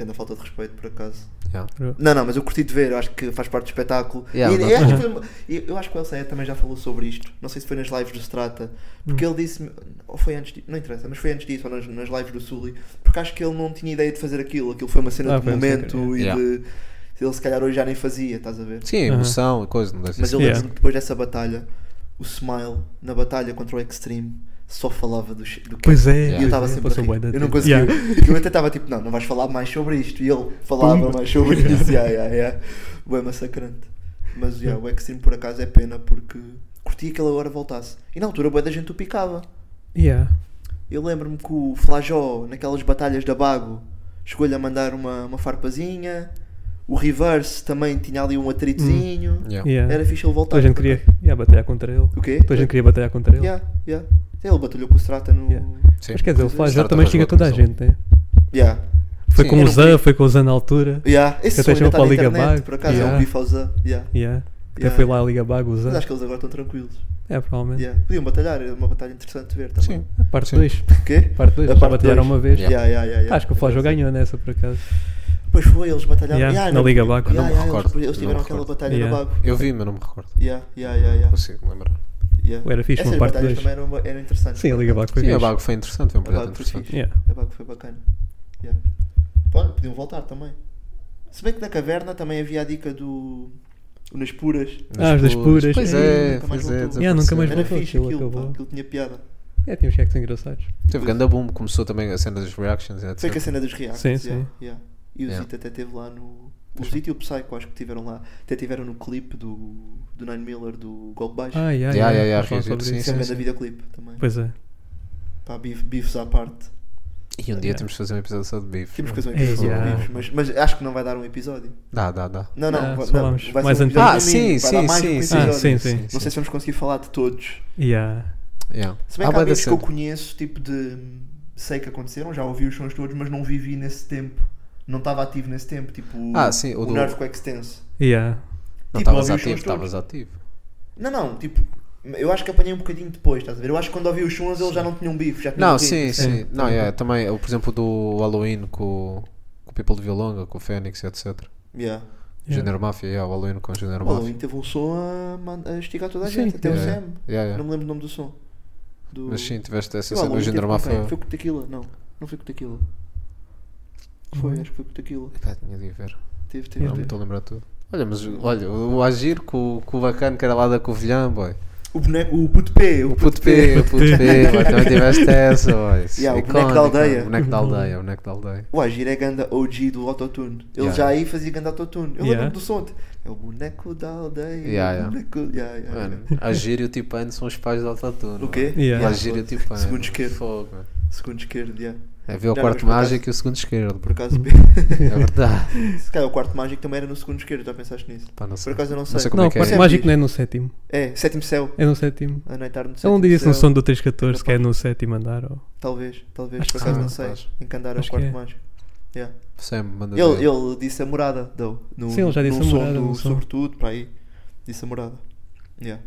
S5: Ainda falta de respeito, por acaso.
S7: Yeah.
S5: Não, não, mas eu curti de ver, eu acho que faz parte do espetáculo.
S7: Yeah,
S5: e,
S7: não-
S5: eu, acho que foi uma- eu- eu acho que o El Sayed também já falou sobre isto. Não sei se foi nas lives do Strata, porque ele disse. Ou foi antes disso, não interessa, mas foi antes disso, ou nas, nas lives do Sully, porque acho que ele não tinha ideia de fazer aquilo. Aquilo foi uma cena
S6: Ah,
S5: de
S6: foi uma
S5: momento
S6: cena,
S5: e
S7: yeah.
S5: de. Ele se calhar hoje já nem fazia, estás a ver?
S7: Sim, emoção e coisa, não deve ser.
S5: Mas eu
S6: Yeah.
S5: lembro-me que depois dessa batalha, o Smile, na batalha contra o Extreme, só falava do, do
S6: Pois é,
S5: E eu
S7: Yeah.
S5: estava
S6: pois é,
S5: sempre a
S6: passou bué
S5: rir.
S6: da
S5: Eu não
S6: tempo.
S5: conseguia.
S6: Yeah.
S5: Eu até estava tipo, não, não vais falar mais sobre isto. E ele falava
S6: [laughs]
S5: mais sobre isso. yeah, yeah, yeah. Bué massacrante. Mas yeah, o Extreme por acaso é pena porque curtia que ele agora voltasse. E na altura bué da gente o picava.
S6: Yeah.
S5: Eu lembro-me que o Flajó, naquelas batalhas da Bago, chegou-lhe a mandar uma, uma farpazinha. O Reverse também tinha ali um atritozinho.
S7: Yeah.
S6: Hum. Yeah.
S5: Era fixe ele voltar.
S6: Toda a gente queria yeah, batalhar contra ele.
S5: O quê?
S6: Toda a gente queria batalhar contra ele.
S5: Yeah, yeah. Ele batalhou com o Strata no.
S6: Yeah.
S7: Sim.
S6: Mas quer dizer, o Flajor
S7: Startup
S6: também
S7: rasgou
S6: chega toda a
S7: comissão.
S6: gente, né?
S5: Yeah.
S6: Foi
S7: Sim,
S6: com
S5: eu
S6: o
S5: não
S6: Zan,
S5: vi.
S6: foi com o Zan na altura.
S5: Yeah. Esse
S6: Até
S5: som ainda
S6: chamou
S5: está
S6: para
S5: na
S6: a Liga
S5: internet,
S6: Mag.
S5: por acaso, é
S6: Yeah.
S5: um bife ao Zé. Yeah.
S6: Yeah. Até
S5: Yeah.
S6: foi lá a Liga Bago o
S5: Mas
S6: Zan.
S5: acho que eles agora estão tranquilos.
S6: É, provavelmente.
S5: Yeah. Podiam batalhar, é uma batalha interessante de ver também.
S7: Sim.
S6: Parte
S7: Sim.
S6: 2.
S5: O quê?
S6: Parte 2.
S5: A
S6: Já
S5: parte
S6: batalharam
S5: dois.
S6: uma vez.
S5: Yeah. Yeah, yeah, yeah,
S6: Acho que o Flajor ganhou nessa, por acaso.
S5: Pois foi, eles batalharam.
S6: Yeah,
S5: Yeah,
S6: na
S5: não-
S6: Liga Bago.
S5: Yeah,
S7: Não me
S5: yeah,
S7: recordo,
S5: Eles, eles
S7: não me
S5: tiveram aquela
S7: recordo.
S5: batalha
S6: Yeah.
S5: no Bago.
S7: Eu vi, mas não me recordo.
S5: Yeah, yeah, yeah, yeah.
S7: Consigo me lembrar.
S5: yeah.
S6: Era fixe,
S5: Essas
S6: uma parte
S5: batalhas
S6: dois.
S5: também eram, ba- eram interessantes.
S6: Sim, a Liga Bago foi
S7: Sim, a
S6: fixe.
S7: Bago foi interessante, foi um
S5: A Bago
S7: projeto
S5: foi
S7: interessante.
S5: fixe.
S6: Yeah.
S5: A Bago foi bacana. Yeah. Pá, podiam voltar também. Se bem que na caverna também havia a dica do. Nas puras.
S6: Ah, as das puras.
S7: Pois
S5: Sim,
S7: é,
S5: nunca mais
S7: pois é.
S5: voltou.
S6: Yeah, nunca mais
S7: desapareceu.
S5: Era
S6: voltou,
S5: fixe
S6: aquilo
S5: aquilo, pá,
S6: acabou.
S5: aquilo tinha piada.
S6: É, tínhamos que engraçados.
S7: Teve grande boom, começou também a cena dos reactions, é, etc.
S5: Foi com a cena dos reacts.
S6: Sim,
S5: yeah,
S6: sim.
S5: yeah. E o
S7: Yeah.
S5: Zito até teve lá no. O Zito e o Psycho acho que tiveram lá. Até tiveram no clipe do, do Nine Miller do Golpe Baixo.
S6: Ah, yeah,
S7: Yeah,
S6: yeah,
S7: yeah, yeah,
S6: vamos falar sobre
S7: sim,
S6: isso.
S5: Isso é um
S7: sim.
S5: grande videoclipe também.
S6: Pois é.
S5: Pá, bif- bifes à parte.
S7: E um dia temos de fazer um episódio só de bife.
S5: Temos que fazer um
S6: Ei,
S5: episódio sobre
S6: É, yeah.
S5: bifes, mas, mas acho que não vai dar um episódio.
S7: Dá, dá, dá.
S5: Não, não,
S6: Ah,
S5: vai,
S6: só
S5: não,
S6: vamos
S5: vai
S6: mais
S5: ser um
S6: antigo.
S5: episódio
S7: Ah,
S5: no
S7: sim,
S5: mínimo, vai dar
S7: sim,
S5: mais que um
S7: sim.
S5: episódio.
S6: Ah, sim, sim.
S5: Não sei se vamos conseguir falar de todos.
S6: Yeah.
S7: Yeah.
S5: Se bem
S7: Há
S5: que há
S7: bué da
S5: amigos que eu
S7: cena.
S5: conheço, tipo de. Sei que aconteceram, já ouvi os sons todos, mas não vivi nesse tempo. Não estava ativo nesse tempo, tipo.
S7: Ah, sim, o
S5: o
S7: do-
S5: Nerve com Extenso.
S6: Yeah.
S7: Não
S5: Tipo,
S7: estavas
S5: ouvi os
S7: ativo,
S5: sons todos.
S7: estavas ativo.
S5: Não, não, tipo, eu acho que apanhei um bocadinho depois, estás a ver? Eu acho que quando ouvi os sons eles já não tinham bife, já tinham
S7: Não,
S5: ritmo.
S7: sim,
S6: sim.
S7: sim. Não, é, também, eu, por exemplo, do Halloween com, o- com o People de Violonga, com o Fênix, etc.
S5: Yeah.
S6: Yeah.
S7: Gênero Mafia, yeah, o Halloween com o Gênero
S5: O
S7: Mafia.
S5: Halloween um teve um som a, man- a esticar toda a
S6: Sim,
S5: gente, até o
S7: yeah.
S5: Sam.
S7: Yeah, yeah.
S5: Não me lembro o nome do som. Do...
S7: É. Mas sim, tiveste
S5: E
S7: essa
S5: o
S7: cena do
S5: Halloween teve
S7: Gênero
S5: com quem?
S7: Mafia.
S5: Foi com o Tequila, não. Não foi com o Tequila. Foi, acho que foi com o Tequila.
S7: Pá, tinha de ir ver.
S5: Teve, teve.
S7: Não me
S5: teve.
S7: estou a lembrar de tudo. Olha, mas olha, o o Agir com, o- com o bacana que era lá da Covilhã, boy.
S5: O boneco, o puto P,
S7: O puto P, o puto P,
S5: [laughs]
S7: boy, também tiveste essa, boy. Isso
S5: Yeah,
S7: é
S5: o boneco da
S7: icónico,
S5: aldeia.
S7: O boneco da aldeia, o boneco da aldeia.
S5: O Agir é ganda OG do autotune. Ele
S7: Yeah.
S5: já aí fazia ganda autotune. Eu
S6: Yeah.
S5: lembro do som. É o boneco da aldeia.
S7: Yeah, yeah.
S5: o boneco... yeah, yeah, yeah.
S7: Mano, Agir e o Tipano são os pais do Autotune.
S5: O quê?
S6: Yeah.
S7: O Agir e o Tipano.
S5: Segundo esquerdo.
S7: Fogo, mano.
S5: tipo, Segundo esquerdo, yeah.
S7: É, viu o
S5: Não, mas
S7: quarto
S5: por acaso-
S7: mágico e o segundo esquerdo.
S5: Por acaso,
S6: Uhum.
S7: É verdade.
S5: [laughs] se calhar o quarto mágico também era no segundo esquerdo, já pensaste nisso?
S7: Pá, não
S5: Por
S7: sei.
S5: acaso eu não sei.
S7: Não sei como
S6: Não,
S7: é
S6: o
S7: que é.
S6: quarto mágico não é no sétimo.
S5: É, sétimo céu.
S6: É no sétimo.
S5: A noitar no
S6: É
S5: sétimo
S6: onde disse no
S5: céu.
S6: som do 314 que é no sétimo andar. Ou...
S5: Talvez, talvez,
S6: Acho
S5: por
S6: que
S5: acaso
S6: sim.
S5: não sei. Encandar ao
S6: Acho que
S5: quarto
S6: é.
S5: mágico. Yeah.
S7: Sam, manda
S5: Ele,
S7: ver.
S5: ele disse a morada, deu. No,
S6: Sim, ele já
S5: no
S6: disse a
S5: som
S6: morada
S5: do
S6: no som.
S5: Sobretudo, para aí. Disse a morada. Yeah.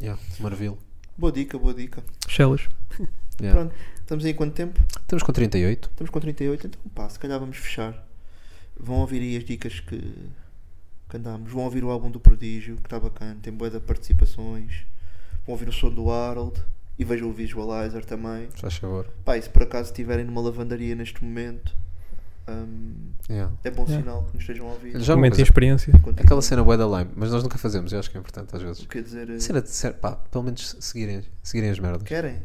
S7: Yeah, Marville.
S5: Boa dica, boa dica.
S6: Shellas.
S7: Yeah.
S5: Pronto, estamos aí em quanto tempo?
S7: Estamos com 38.
S5: Estamos com 38, então pá, se calhar vamos fechar. Vão ouvir aí as dicas que, que andámos. Vão ouvir o álbum do Prodígio, que está bacana, tem boa de participações. Vão ouvir o som do Harold e vejam o Visualizer também.
S7: Se Faz favor.
S5: Pá, e se por acaso estiverem numa lavandaria neste momento, hum,
S7: Yeah.
S5: é bom
S6: Yeah.
S5: sinal que nos estejam a ouvir.
S7: Já uma
S6: Momento de
S7: coisa,
S6: experiência.
S5: Continuem.
S7: aquela cena bué da lime, mas nós nunca fazemos, eu acho que é importante às vezes.
S5: Quer dizer, eh,
S7: Cena de ser, pá, pelo menos seguirem, seguirem as merdas.
S5: querem?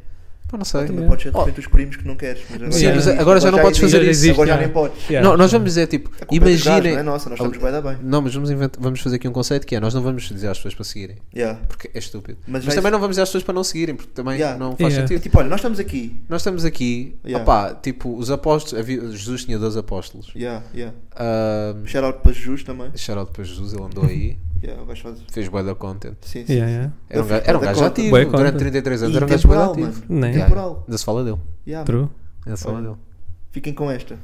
S7: Pá, não sei.
S5: Também
S6: Yeah.
S5: podes ser de repente os primos que não queres. mas agora
S7: Oh. Sim,
S5: já
S7: mas
S5: existe,
S7: agora já não podes fazer
S5: existe,
S6: isso.
S5: Agora já
S6: Yeah.
S5: nem podes.
S6: Yeah.
S7: Não, nós vamos dizer tipo,
S5: A culpa é dos gajos,
S7: imaginem.
S5: não é nossa, nós estamos bem da bem.
S7: Não, mas vamos, invent- vamos fazer aqui um conceito que é: nós não vamos dizer às pessoas para seguirem,
S5: Yeah.
S7: porque é estúpido.
S5: Mas
S7: Mas,
S5: vai-
S7: também não vamos dizer às pessoas para não seguirem, porque também
S5: Yeah.
S7: não faz
S6: Yeah.
S7: sentido.
S5: Tipo, olha, nós estamos aqui.
S7: Nós estamos aqui,
S5: Yeah.
S7: opá, tipo, os apóstolos, havia- Jesus tinha 12 apóstolos.
S5: Yeah, yeah.
S7: Ahm,
S5: Shout out para Jesus também.
S7: Shout out para Jesus, ele andou aí,
S5: Yeah, o gajo faz.
S7: fez bué da content.
S5: Sim, sim.
S6: Yeah, yeah.
S7: Era um
S5: Ele
S7: gajo,
S5: fez
S7: era um
S5: bué da
S7: gajo
S5: content.
S7: ativo,
S6: Bué
S7: durante
S6: content.
S7: 33 anos
S5: E
S7: era um gajo bué
S5: temporal,
S7: ativo.
S5: mano.
S6: Nem.
S7: Yeah,
S5: Temporal.
S7: Ainda se fala dele.
S5: Yeah,
S6: True.
S7: Ainda se fala
S5: Olha.
S7: dele.
S5: mano. Fiquem com esta.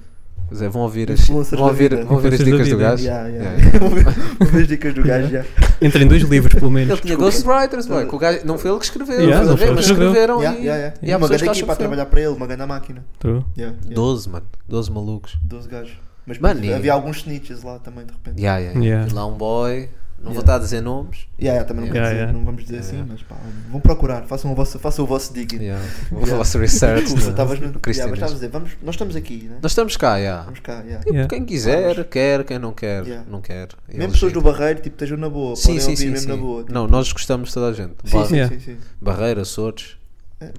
S7: Pois é, vão ouvir as,
S5: Influencers
S7: vão
S5: da
S7: ouvir,
S5: vida.
S7: vão ouvir as
S6: Influencers da
S7: dicas do
S6: vida.
S7: gajo.
S5: Yeah, yeah.
S7: Yeah,
S5: [laughs]
S7: yeah.
S5: Vou ver as dicas do gajo já.
S6: Entra em dois livros, pelo menos.
S7: Ele tinha Ghostwriters, boy,
S5: Não.
S7: que o gajo- não foi ele que escreveu,
S6: Yeah,
S7: estás a
S6: não
S7: ver?
S6: foi ele
S7: mas
S6: que escreveu.
S7: escreveram
S5: Yeah,
S7: Então, e
S5: yeah, yeah.
S7: e há
S5: uma
S7: pessoas
S5: grande
S7: que acham
S5: equipa a
S7: que foi ele.
S5: trabalhar para ele, uma grande máquina.
S6: True.
S5: Yeah, yeah.
S7: 12, mano, 12 malucos.
S5: 12 gajos. Mas
S7: Mano,
S5: pois,
S7: e-
S5: havia alguns snitches lá também, de repente.
S7: Yeah, yeah, yeah.
S6: Yeah.
S7: E Lá um boy, não
S5: Yeah.
S7: vou estar a dizer nomes.
S5: Yeah, yeah, também
S6: Yeah,
S5: não, quer dizer-
S6: yeah.
S5: não vamos dizer assim,
S7: Yeah.
S5: mas pá, vão procurar, façam o vosso, façam o vosso digging.
S7: Yeah. Vou
S5: Yeah.
S7: falar sobre
S5: [laughs]
S7: research.
S5: Tu
S7: né?
S5: estavas no. Yeah,
S7: Cristina.
S5: mas estavas a dizer, vamos, nós estamos aqui, né?
S7: Nós estamos cá, yeah.
S5: Vamos cá, yeah.
S7: Tipo,
S6: Yeah.
S7: Quem quiser, quer, quem não quer,
S5: Yeah.
S7: não quer.
S5: Mesmo pessoas do Barreiro, tipo, estejam na boa,
S7: Sim,
S5: podem
S7: sim,
S5: ouvir
S7: sim,
S5: mesmo
S7: sim.
S5: na boa. tipo.
S7: Não, nós gostamos de toda a gente.
S5: Sim,
S7: Bar-
S5: sim,
S6: Yeah.
S5: sim, sim.
S7: Barreira, Açores.
S5: É,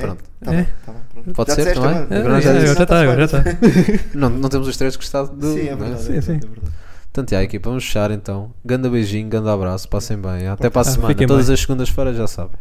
S7: Pronto.
S5: Tá
S6: É.
S5: bem, tá bem, pronto.
S7: Pode
S5: Já
S7: ser
S5: disseste
S7: também?
S5: agora.
S7: É,
S5: Já
S7: agora já
S5: disseste,
S7: disse.
S6: já tá, agora já
S5: tá. [laughs]
S7: Não, não temos os três gostado do.
S5: Sim, é
S7: não
S5: verdade,
S6: Sim,
S5: é
S6: sim.
S5: verdade, é verdade.
S7: Portanto, yeah, equipa, vamos fechar então. Ganda beijinho, ganda abraço, passem bem. Até para a semana.
S6: fiquem
S7: Todas
S6: bem.
S7: as segundas-feiras já sabem.